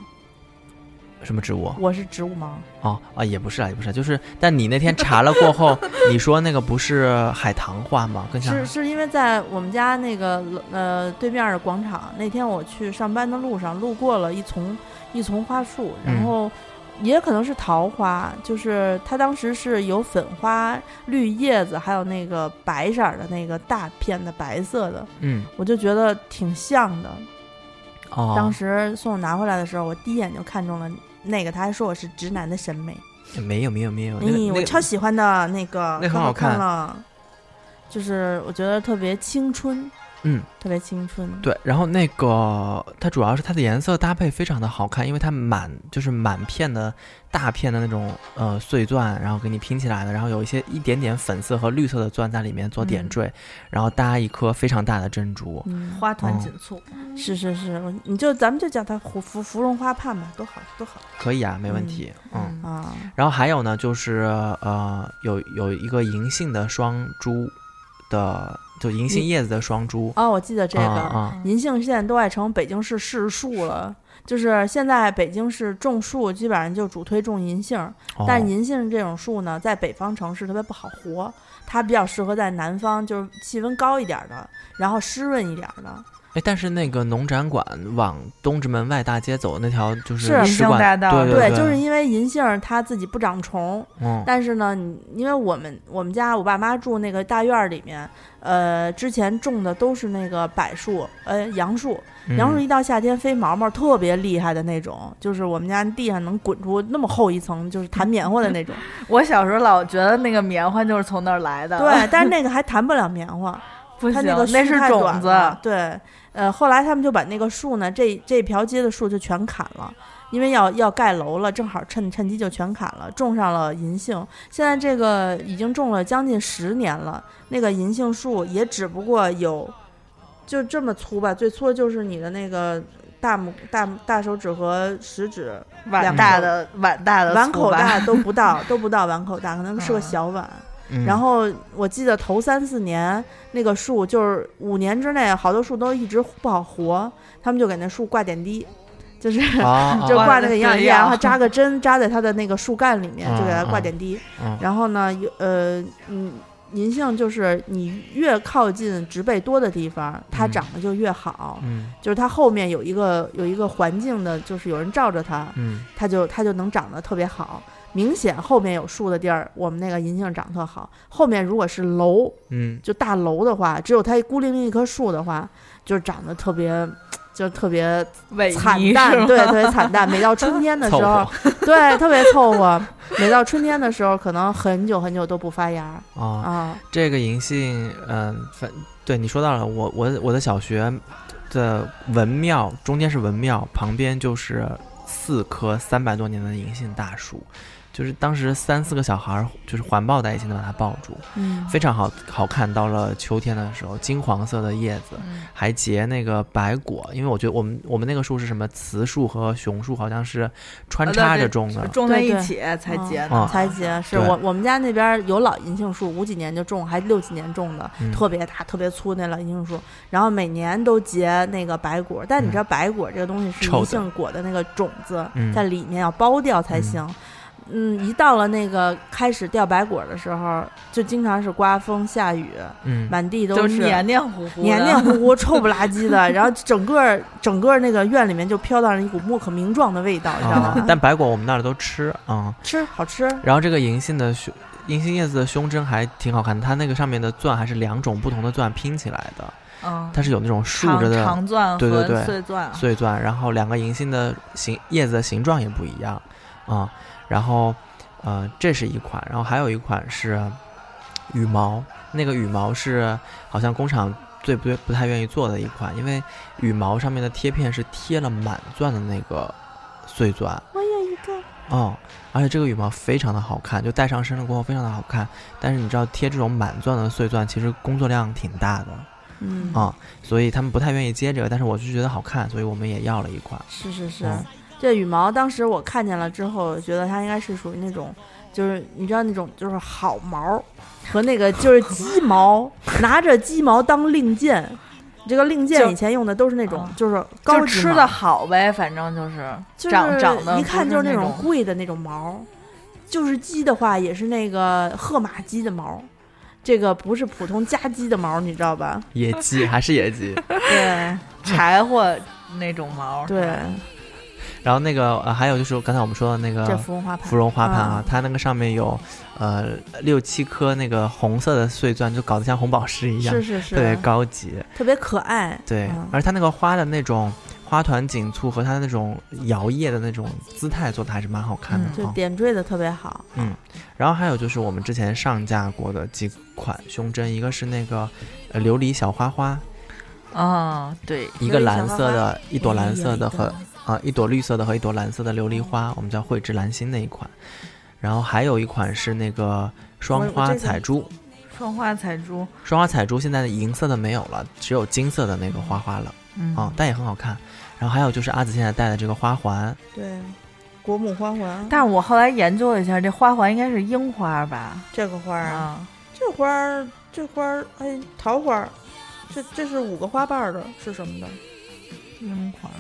[SPEAKER 2] 什么植物？
[SPEAKER 1] 我是植物吗？
[SPEAKER 2] 哦啊，也不是啊，也不是啊，就是，但你那天查了过
[SPEAKER 1] [LAUGHS]
[SPEAKER 2] 后，你说那个不是海棠花吗？更像
[SPEAKER 1] 是是因为在我们家那个呃对面的广场，那天我去上班的路上路过了一丛一丛花树，然
[SPEAKER 2] 嗯
[SPEAKER 1] 后也可能是桃花，就是它当时是有粉花、绿叶子，还有那个白色儿的那个大片的白色的，
[SPEAKER 2] 嗯
[SPEAKER 1] 我就觉得挺像的。
[SPEAKER 2] 哦，
[SPEAKER 1] 当时送我拿回来的时候，我第一眼就看中了那个，他还说我是直男的审美。
[SPEAKER 2] 没有没有没有，啊
[SPEAKER 1] 哎，
[SPEAKER 2] 那个那
[SPEAKER 1] 我
[SPEAKER 2] 个
[SPEAKER 1] 超喜欢的那个，
[SPEAKER 2] 那很
[SPEAKER 1] 可
[SPEAKER 2] 好
[SPEAKER 1] 看
[SPEAKER 2] 看
[SPEAKER 1] 了，就是我觉得特别青春，
[SPEAKER 2] 嗯，
[SPEAKER 1] 特别青春，
[SPEAKER 2] 对，然后那个它主要是它的颜色搭配非常的好看，因为它满就是满片的大片的那种呃碎钻，然后给你拼起来的，然后有一些一点点粉色和绿色的钻在里面做点
[SPEAKER 1] 嗯
[SPEAKER 2] 缀，然后搭一颗非常大的珍珠。
[SPEAKER 1] 嗯，
[SPEAKER 3] 花团
[SPEAKER 2] 哦
[SPEAKER 3] 锦簇，
[SPEAKER 1] 是是是，我你就咱们就叫它芙芙芙蓉花畔吧，多好多好
[SPEAKER 2] 可以啊，没问
[SPEAKER 1] 嗯
[SPEAKER 2] 题。嗯
[SPEAKER 3] 嗯，
[SPEAKER 1] 啊！
[SPEAKER 2] 然后还有呢，就是呃，有有一个银杏的双珠的，就银杏
[SPEAKER 1] 银
[SPEAKER 2] 叶子的双珠。
[SPEAKER 1] 哦，我记得这个。
[SPEAKER 2] 啊、
[SPEAKER 1] 银杏现在都快成北京市市树了，就是现在北京市种树基本上就主推种银杏，
[SPEAKER 2] 嗯，
[SPEAKER 1] 但
[SPEAKER 2] 哦
[SPEAKER 1] 银杏这种树呢，在北方城市特别不好活，它比较适合在南方，就是气温高一点儿的，然后湿润一点儿的。
[SPEAKER 2] 哎，但是那个农展馆往东直门外大街走那条就是
[SPEAKER 1] 是
[SPEAKER 2] 使
[SPEAKER 3] 银杏
[SPEAKER 2] 馆
[SPEAKER 3] 大道
[SPEAKER 2] 对
[SPEAKER 1] 对，
[SPEAKER 2] 对，
[SPEAKER 1] 就是因为银杏儿它自己不长虫，
[SPEAKER 2] 嗯
[SPEAKER 1] 但是呢，你因为我们我们家我爸妈住那个大院儿里面，呃，之前种的都是那个柏树，呃，杨树，杨树
[SPEAKER 2] 嗯
[SPEAKER 1] 一到夏天飞毛毛，特别厉害的那种，就是我们家地上能滚出那么厚一层，就是弹棉花的那种。
[SPEAKER 3] 我小时候老觉得那个棉花就是从那儿来的，，
[SPEAKER 1] 对，但是那个还弹不了棉花，
[SPEAKER 3] 不
[SPEAKER 1] 它
[SPEAKER 3] 行，
[SPEAKER 1] 那个
[SPEAKER 3] 那
[SPEAKER 1] 树
[SPEAKER 3] 是
[SPEAKER 1] 太短
[SPEAKER 3] 种子，
[SPEAKER 1] 了对，呃，后来他们就把那个树呢，这这条街的树就全砍了，因为要要盖楼了，正好趁趁机就全砍了，种上了银杏。现在这个已经种了将近十年了，那个银杏树也只不过有就这么粗吧，最粗的就是你的那个。大拇大大手指和食指两
[SPEAKER 3] 碗
[SPEAKER 1] 口
[SPEAKER 3] 大的碗大的
[SPEAKER 1] 碗
[SPEAKER 3] 呃粗
[SPEAKER 1] 口
[SPEAKER 3] 吧
[SPEAKER 1] 大都不
[SPEAKER 3] [LAUGHS]
[SPEAKER 1] 到，都不到碗口大，可能是个
[SPEAKER 3] 嗯
[SPEAKER 1] 小碗。
[SPEAKER 2] 嗯
[SPEAKER 1] 然后我记得头三四年那个树，就是五年之内，好多树都一直不好活，他们就给那树挂点滴， [LAUGHS] 就是、
[SPEAKER 2] 啊
[SPEAKER 1] [LAUGHS] 就
[SPEAKER 2] 啊
[SPEAKER 1] 挂那个营养液，
[SPEAKER 3] 对呀
[SPEAKER 1] 然后扎个针扎在它的那个树干里面，就给它
[SPEAKER 2] 嗯
[SPEAKER 1] 挂
[SPEAKER 2] 嗯
[SPEAKER 1] 点滴。
[SPEAKER 2] 嗯
[SPEAKER 1] 然后呢，有呃，嗯，银杏就是你越靠近植被多的地方，它
[SPEAKER 2] 嗯
[SPEAKER 1] 长得就越好，
[SPEAKER 2] 嗯
[SPEAKER 1] 就是它后面有一个有一个环境的，就是有人罩着它，
[SPEAKER 2] 嗯
[SPEAKER 1] 它就它就能长得特别好。明显后面有树的地儿，我们那个银杏长特好。后面如果是楼，
[SPEAKER 2] 嗯
[SPEAKER 1] 就大楼的话，只有它孤零零一棵树的话，就长得特别，就特别
[SPEAKER 3] 萎
[SPEAKER 1] 惨
[SPEAKER 3] 靡是
[SPEAKER 1] 淡，
[SPEAKER 3] 吗
[SPEAKER 1] 对，特别惨淡。每
[SPEAKER 2] [LAUGHS]
[SPEAKER 1] 到春天 [LAUGHS] 的
[SPEAKER 2] 嗯，
[SPEAKER 1] 时
[SPEAKER 2] 凑
[SPEAKER 1] 候
[SPEAKER 2] 合，
[SPEAKER 1] 对，特别凑合。每到春天的时候，可能很久很久都不发芽
[SPEAKER 2] 啊。
[SPEAKER 1] 啊。
[SPEAKER 2] 这个银杏，嗯、反对你说到了，我我我的小学的文庙中间是文庙，旁边就是四棵三百多年的银杏大树，就是当时三四个小孩儿就是环抱在一起能把它抱住，
[SPEAKER 1] 嗯，
[SPEAKER 2] 非常好好看。到了秋天的时候，金黄色的叶子
[SPEAKER 3] 嗯
[SPEAKER 2] 还结那个白果，因为我觉得我们我们那个树是什么雌树和雄树好像是穿
[SPEAKER 3] 啊对
[SPEAKER 2] 插
[SPEAKER 3] 对
[SPEAKER 2] 着种的，
[SPEAKER 3] 种在
[SPEAKER 1] 对
[SPEAKER 3] 一
[SPEAKER 1] 对
[SPEAKER 3] 起哎才
[SPEAKER 1] 嗯
[SPEAKER 3] 结
[SPEAKER 2] 啊
[SPEAKER 3] 呢，
[SPEAKER 1] 才结是
[SPEAKER 2] 对
[SPEAKER 1] 我我们家那边儿有老银杏树，五几年就种，还六几年种的，
[SPEAKER 2] 嗯
[SPEAKER 1] 特别大、特别粗那老银杏树，然后每年都结那个白果，但你知道白果这个东西是
[SPEAKER 2] 嗯臭
[SPEAKER 1] 银
[SPEAKER 2] 的
[SPEAKER 1] 杏果的那个种子
[SPEAKER 2] 嗯
[SPEAKER 1] 在里面要剥掉才行。嗯，一到了那个开始掉白果的时候，就经常是刮风下雨，
[SPEAKER 2] 嗯，
[SPEAKER 1] 满地都
[SPEAKER 3] 就是黏黏糊糊的，
[SPEAKER 1] 黏黏糊糊、臭不拉
[SPEAKER 2] [LAUGHS]
[SPEAKER 1] 几的，然后整个整个那个院里面就飘荡着一股莫可名状的味道，你知道
[SPEAKER 2] 啊
[SPEAKER 1] 吗？
[SPEAKER 2] 但白果我们那儿都吃啊。嗯
[SPEAKER 1] 吃好吃，
[SPEAKER 2] 然后这个银杏的雄银杏叶子的胸针还挺好看的，它那个上面的钻还是两种不同的钻拼起来的，
[SPEAKER 3] 嗯，
[SPEAKER 2] 它是有那种竖着
[SPEAKER 3] 长
[SPEAKER 2] 的
[SPEAKER 3] 长钻
[SPEAKER 2] 对对
[SPEAKER 3] 和
[SPEAKER 2] 对
[SPEAKER 3] 碎钻，啊
[SPEAKER 2] 碎钻，然后两个银杏的形叶子的形状也不一样啊、然后呃，这是一款，然后还有一款是羽毛，那个羽毛是好像工厂最不不太愿意做的一款，因为羽毛上面的贴片是贴了满钻的那个碎钻，
[SPEAKER 1] 我有一个，
[SPEAKER 2] 哦，而且这个羽毛非常的好看，就戴上身了过后非常的好看。但是你知道贴这种满钻的碎钻，其实工作量挺大的
[SPEAKER 1] 嗯
[SPEAKER 2] 啊、所以他们不太愿意接这个。但是我是觉得好看，所以我们也要了一款。
[SPEAKER 1] 是是是
[SPEAKER 2] 嗯，
[SPEAKER 1] 这羽毛当时我看见了之后，觉得它应该是属于那种，就是你知道那种就是好毛和那个就是鸡毛，拿着鸡毛当令箭。这个令
[SPEAKER 3] 就
[SPEAKER 1] 箭以前用的都是那种
[SPEAKER 3] 啊，
[SPEAKER 1] 嗯就是
[SPEAKER 3] 就
[SPEAKER 1] 高级
[SPEAKER 3] 吃
[SPEAKER 1] 毛
[SPEAKER 3] 的好呗，反正就是
[SPEAKER 1] 就是
[SPEAKER 3] 长长得
[SPEAKER 1] 一看
[SPEAKER 3] 不
[SPEAKER 1] 就是那
[SPEAKER 3] 那
[SPEAKER 1] 种
[SPEAKER 3] 种
[SPEAKER 1] 贵的那种毛，就是鸡的话也是那个褐马鸡的毛，这个不是普通家鸡的毛，你知道吧？
[SPEAKER 2] 野鸡还是野鸡， [LAUGHS]
[SPEAKER 1] 对
[SPEAKER 3] [LAUGHS] 柴火那种毛。
[SPEAKER 1] 对，
[SPEAKER 2] 然后那个、呃、还有就是刚才我们说的那
[SPEAKER 1] 这
[SPEAKER 2] 个
[SPEAKER 1] 芙蓉花盘
[SPEAKER 2] 芙，蓉花盘啊
[SPEAKER 1] 啊，
[SPEAKER 2] 它那个上面有呃六七颗那个红色的碎钻，就搞得像红宝石一样
[SPEAKER 1] 是，是是，
[SPEAKER 2] 特别高级。
[SPEAKER 1] 特别可爱，
[SPEAKER 2] 对，
[SPEAKER 1] 嗯
[SPEAKER 2] 而它那个花的那种花团锦簇和它那种摇曳的那种姿态做的还是蛮好看的、
[SPEAKER 3] 嗯
[SPEAKER 1] 就
[SPEAKER 2] 啊。
[SPEAKER 1] 点缀的特别好。
[SPEAKER 2] 然后还有就是我们之前上架过的几款胸针，一个是那个呃琉璃小花花，
[SPEAKER 3] 啊，对，
[SPEAKER 2] 一个
[SPEAKER 1] 琉璃小
[SPEAKER 2] 蓝
[SPEAKER 1] 花
[SPEAKER 2] 色
[SPEAKER 1] 花嗯
[SPEAKER 2] 的，一朵蓝色的和
[SPEAKER 1] 我
[SPEAKER 2] 啊、一朵绿色的和一朵蓝色的琉璃花，我们叫蕙质兰心那一款。然后还有一款是那个
[SPEAKER 1] 我
[SPEAKER 2] 双
[SPEAKER 1] 我
[SPEAKER 2] 花
[SPEAKER 1] 这个
[SPEAKER 2] 彩珠，
[SPEAKER 3] 双花彩珠，
[SPEAKER 2] 双花彩珠现在的银色的没有了，只有金色的那个花花了
[SPEAKER 3] 嗯，
[SPEAKER 2] 啊、但也很好看。然后还有就是阿紫现在戴的这个花环，
[SPEAKER 1] 对，国母花环，
[SPEAKER 3] 但是我后来研究了一下，这花环应该是樱花吧？
[SPEAKER 1] 这个花儿啊，
[SPEAKER 3] 啊，
[SPEAKER 1] 这花儿，这花儿，哎，桃花儿，这这是五个花瓣儿的，是什么的？
[SPEAKER 3] 樱花吧，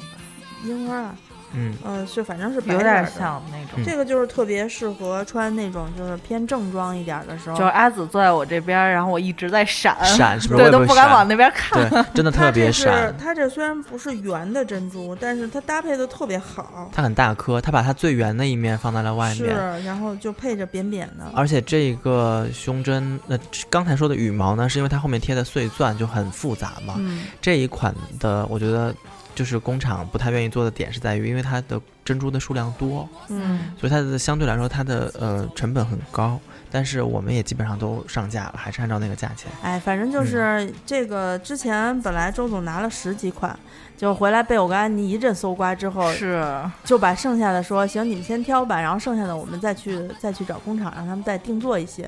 [SPEAKER 1] 樱花啊，
[SPEAKER 2] 嗯，
[SPEAKER 1] 嗯，是反正是白
[SPEAKER 3] 有
[SPEAKER 1] 色儿
[SPEAKER 3] 点
[SPEAKER 1] 的。
[SPEAKER 3] 像那种。
[SPEAKER 2] 嗯
[SPEAKER 1] 这个就是特别适合穿那种就是偏正装一点儿的时候，
[SPEAKER 3] 就是阿紫坐在我这边儿，然后我一直在闪，
[SPEAKER 1] 呃
[SPEAKER 2] 闪
[SPEAKER 1] [LAUGHS]
[SPEAKER 2] 是不是？我
[SPEAKER 3] 对，
[SPEAKER 2] 也
[SPEAKER 3] 都
[SPEAKER 2] 会
[SPEAKER 3] 不敢
[SPEAKER 2] 闪
[SPEAKER 3] 往那边看。
[SPEAKER 2] 对，真的特
[SPEAKER 1] 它
[SPEAKER 2] 别
[SPEAKER 1] 这是
[SPEAKER 2] 闪。
[SPEAKER 1] 它这虽然不是圆的珍珠，但是它搭配的特别好，
[SPEAKER 2] 它很大颗，它把它最圆的一面放在了外
[SPEAKER 1] 是，
[SPEAKER 2] 面，
[SPEAKER 1] 然后就配着扁扁的，
[SPEAKER 2] 而且这个胸针，呃，刚才说的羽毛呢，是因为它后面贴的碎钻就很复杂嘛。
[SPEAKER 1] 嗯，
[SPEAKER 2] 这一款的，我觉得就是工厂不太愿意做的点是在于，因为它的珍珠的数量多，
[SPEAKER 1] 嗯，
[SPEAKER 2] 所以它的相对来说它的呃成本很高。但是我们也基本上都上架了，还是按照那个价钱。
[SPEAKER 1] 哎，反正就是这个之前本来周总拿了十几款，就回来被我跟安妮一阵搜刮之
[SPEAKER 3] 哦
[SPEAKER 1] 后，
[SPEAKER 3] 是，
[SPEAKER 1] 就把剩下的说行，你们先挑吧，然后剩下的我们再去再去找工厂，让他们再定做一些。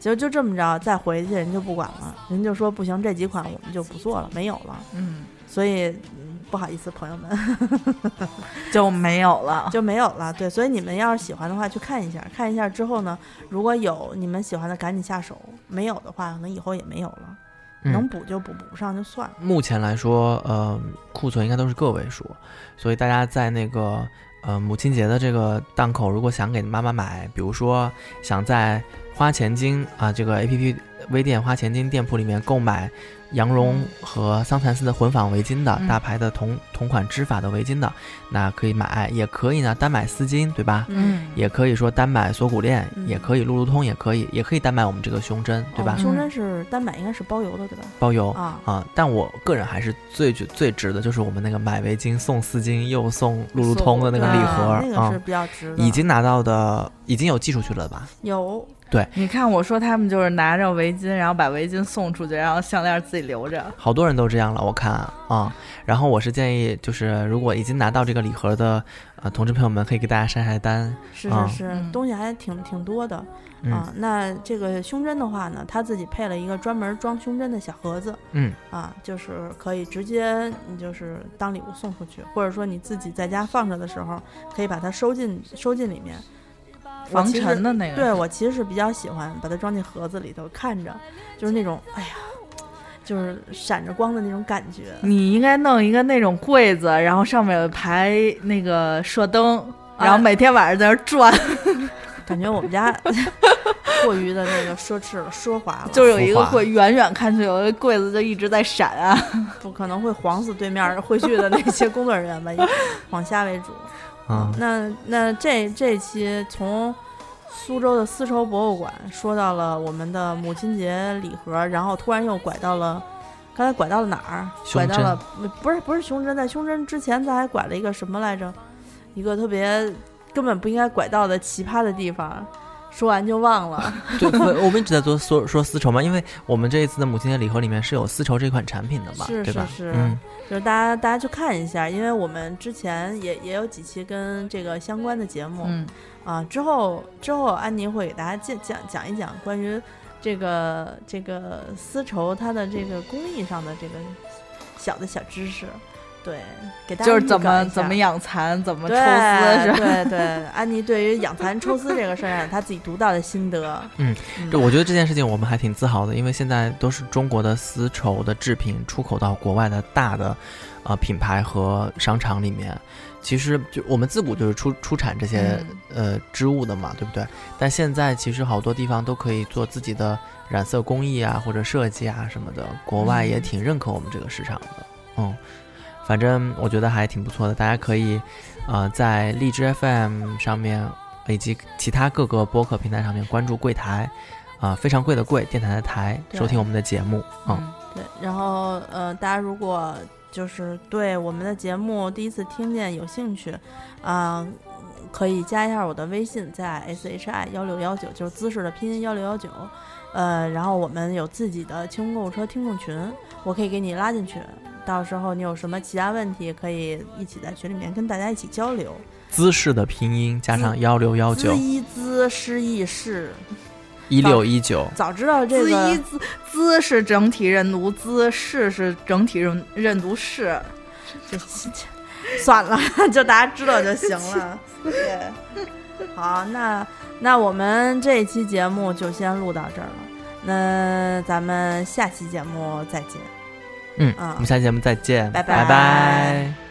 [SPEAKER 1] 结果就这么着，再回去人就不管了，人就说不行，这几款我们就不做了，没有了。
[SPEAKER 3] 嗯，
[SPEAKER 1] 所以、嗯不好意思，朋友们 [LAUGHS]
[SPEAKER 3] 就没有了。
[SPEAKER 1] 就没有了。对，所以你们要是喜欢的话，去看一下，看一下之后呢，如果有你们喜欢的，赶紧下手；没有的话，可能以后也没有了。
[SPEAKER 2] 嗯
[SPEAKER 1] 能补就补，补不上就算了。
[SPEAKER 2] 目前来说，呃，库存应该都是个位数，所以大家在那个呃母亲节的这个档口，如果想给妈妈买，比如说想在花钱精啊、这个 A P P 微店花钱精店铺里面购买羊绒和桑蚕丝的混纺围巾的、
[SPEAKER 3] 嗯
[SPEAKER 2] 大牌的同同款织法的围巾的，那可以买，也可以呢单买丝巾，对吧？
[SPEAKER 3] 嗯，
[SPEAKER 2] 也可以说单买锁骨链，
[SPEAKER 1] 嗯
[SPEAKER 2] 也可以路路通，也可以，也可以单买我们这个胸针，对吧？
[SPEAKER 1] 哦
[SPEAKER 3] 哦
[SPEAKER 1] 胸针是单买，应该是包邮的，对吧？
[SPEAKER 2] 包邮
[SPEAKER 1] 啊，
[SPEAKER 2] 啊、但我个人还是最觉最值的，就是我们那个买围巾送丝巾又送路路通的那个
[SPEAKER 1] 对
[SPEAKER 2] 礼
[SPEAKER 1] 啊
[SPEAKER 2] 盒儿
[SPEAKER 1] 那
[SPEAKER 2] 啊、
[SPEAKER 1] 个是比较值的。
[SPEAKER 2] 已经拿到的，已经有寄出去了吧？
[SPEAKER 1] 有
[SPEAKER 3] 你看我说他们就是拿着围巾，然后把围巾送出去，然后项链自己留着。
[SPEAKER 2] 好多人都这样了，我看啊、然后我是建议，就是如果已经拿到这个礼盒的呃同志朋友们，可以给大家晒晒单，
[SPEAKER 1] 是
[SPEAKER 2] 啊
[SPEAKER 1] 是是，
[SPEAKER 3] 嗯
[SPEAKER 1] 东西还挺挺多的、
[SPEAKER 2] 嗯、
[SPEAKER 1] 啊。那这个胸针的话呢，他自己配了一个专门装胸针的小盒子
[SPEAKER 2] 嗯，
[SPEAKER 1] 啊，就是可以直接你就是当礼物送出去，或者说你自己在家放着的时候，可以把它收进收进里面。我
[SPEAKER 3] 防
[SPEAKER 1] 其实
[SPEAKER 3] 尘的那个，
[SPEAKER 1] 对我其实是比较喜欢把它装进盒子里头，看着就是那种哎呀，就是闪着光的那种感觉。
[SPEAKER 3] 你应该弄一个那种柜子，然后上面排那个射灯，然后每天晚上在那儿转，
[SPEAKER 1] 感觉我们家过于的那个奢侈了、奢华了，
[SPEAKER 3] 就是有一
[SPEAKER 2] 浮
[SPEAKER 3] 个
[SPEAKER 2] 华
[SPEAKER 3] 柜，远远看去有一个柜子就一直在闪啊。
[SPEAKER 1] 不可能会晃死对面儿会去的那些工作人员吧，以往下为主。
[SPEAKER 2] 啊、
[SPEAKER 1] 那那这这期从苏州的丝绸博物馆说到了我们的母亲节礼盒，然后突然又拐到了，刚才拐到了哪儿？
[SPEAKER 2] 胸
[SPEAKER 1] 拐
[SPEAKER 2] 针
[SPEAKER 1] 到了不是不是胸针，在胸针之前咱还拐了一个什么来着？一个特别根本不应该拐到的奇葩的地方，说完就忘了。
[SPEAKER 2] 对，我我们一直在做说说丝绸嘛，因为我们这一次的母亲节礼盒里面是有丝绸这款产品的嘛，
[SPEAKER 1] 是
[SPEAKER 2] 对吧？
[SPEAKER 1] 是是
[SPEAKER 2] 嗯，
[SPEAKER 1] 就是大家大家去看一下，因为我们之前也也有几期跟这个相关的节目，
[SPEAKER 3] 嗯，
[SPEAKER 1] 啊，之后之后安妮会给大家讲讲讲一讲关于这个这个丝绸它的这个工艺上的这个小的小知识，对，给大家
[SPEAKER 3] 就是
[SPEAKER 1] 预
[SPEAKER 3] 怎
[SPEAKER 1] 告一
[SPEAKER 3] 么怎
[SPEAKER 1] 下
[SPEAKER 3] 么养蚕，怎么抽
[SPEAKER 1] 对
[SPEAKER 3] 丝是吧？
[SPEAKER 1] 对对，安妮对于养蚕抽丝这个事儿，啊她自己独到的心得，
[SPEAKER 2] 嗯，这我觉得这件事情我们还挺自豪的，因为现在都是中国的丝绸的制品出口到国外的大的呃品牌和商场里面。其实就我们自古就是出出产这
[SPEAKER 3] 嗯
[SPEAKER 2] 些、呃织物的嘛，对不对？但现在其实好多地方都可以做自己的染色工艺啊，或者设计啊什么的，国外
[SPEAKER 1] 嗯
[SPEAKER 2] 也挺认可我们这个市场的。嗯，反正我觉得还挺不错的，大家可以呃在荔枝 FM 上面以及其他各个播客平台上面关注柜台。啊、非常贵的贵，电台的台，
[SPEAKER 1] 对
[SPEAKER 2] 收听我们的节目啊、
[SPEAKER 3] 嗯，
[SPEAKER 1] 对，然后呃，大家如果就是对我们的节目第一次听见有兴趣，啊、可以加一下我的微信，在 S H I 幺六幺九，就是姿势的拼音幺六幺九。呃，然后我们有自己的清空购物车听众群，我可以给你拉进去。到时候你有什么其他问题，可以一起在群里面跟大家一起交流。
[SPEAKER 2] 姿势的拼音加上
[SPEAKER 1] 嗯姿
[SPEAKER 2] 幺六幺
[SPEAKER 1] 滋
[SPEAKER 2] 九
[SPEAKER 1] 一滋，失意是，
[SPEAKER 2] 一六一九，
[SPEAKER 1] 早知道这
[SPEAKER 3] 滋
[SPEAKER 1] 个
[SPEAKER 3] 一滋滋是整体认读滋，是是整体认认读是。
[SPEAKER 1] 就 [LAUGHS] 算了，就大家知道就行了。对，好，那那我们这一期节目就先录到这儿了，那咱们下期节目再见。
[SPEAKER 2] 嗯，
[SPEAKER 1] 啊
[SPEAKER 2] 我们下期节目再见，
[SPEAKER 1] 拜
[SPEAKER 2] 拜
[SPEAKER 1] 拜
[SPEAKER 2] 拜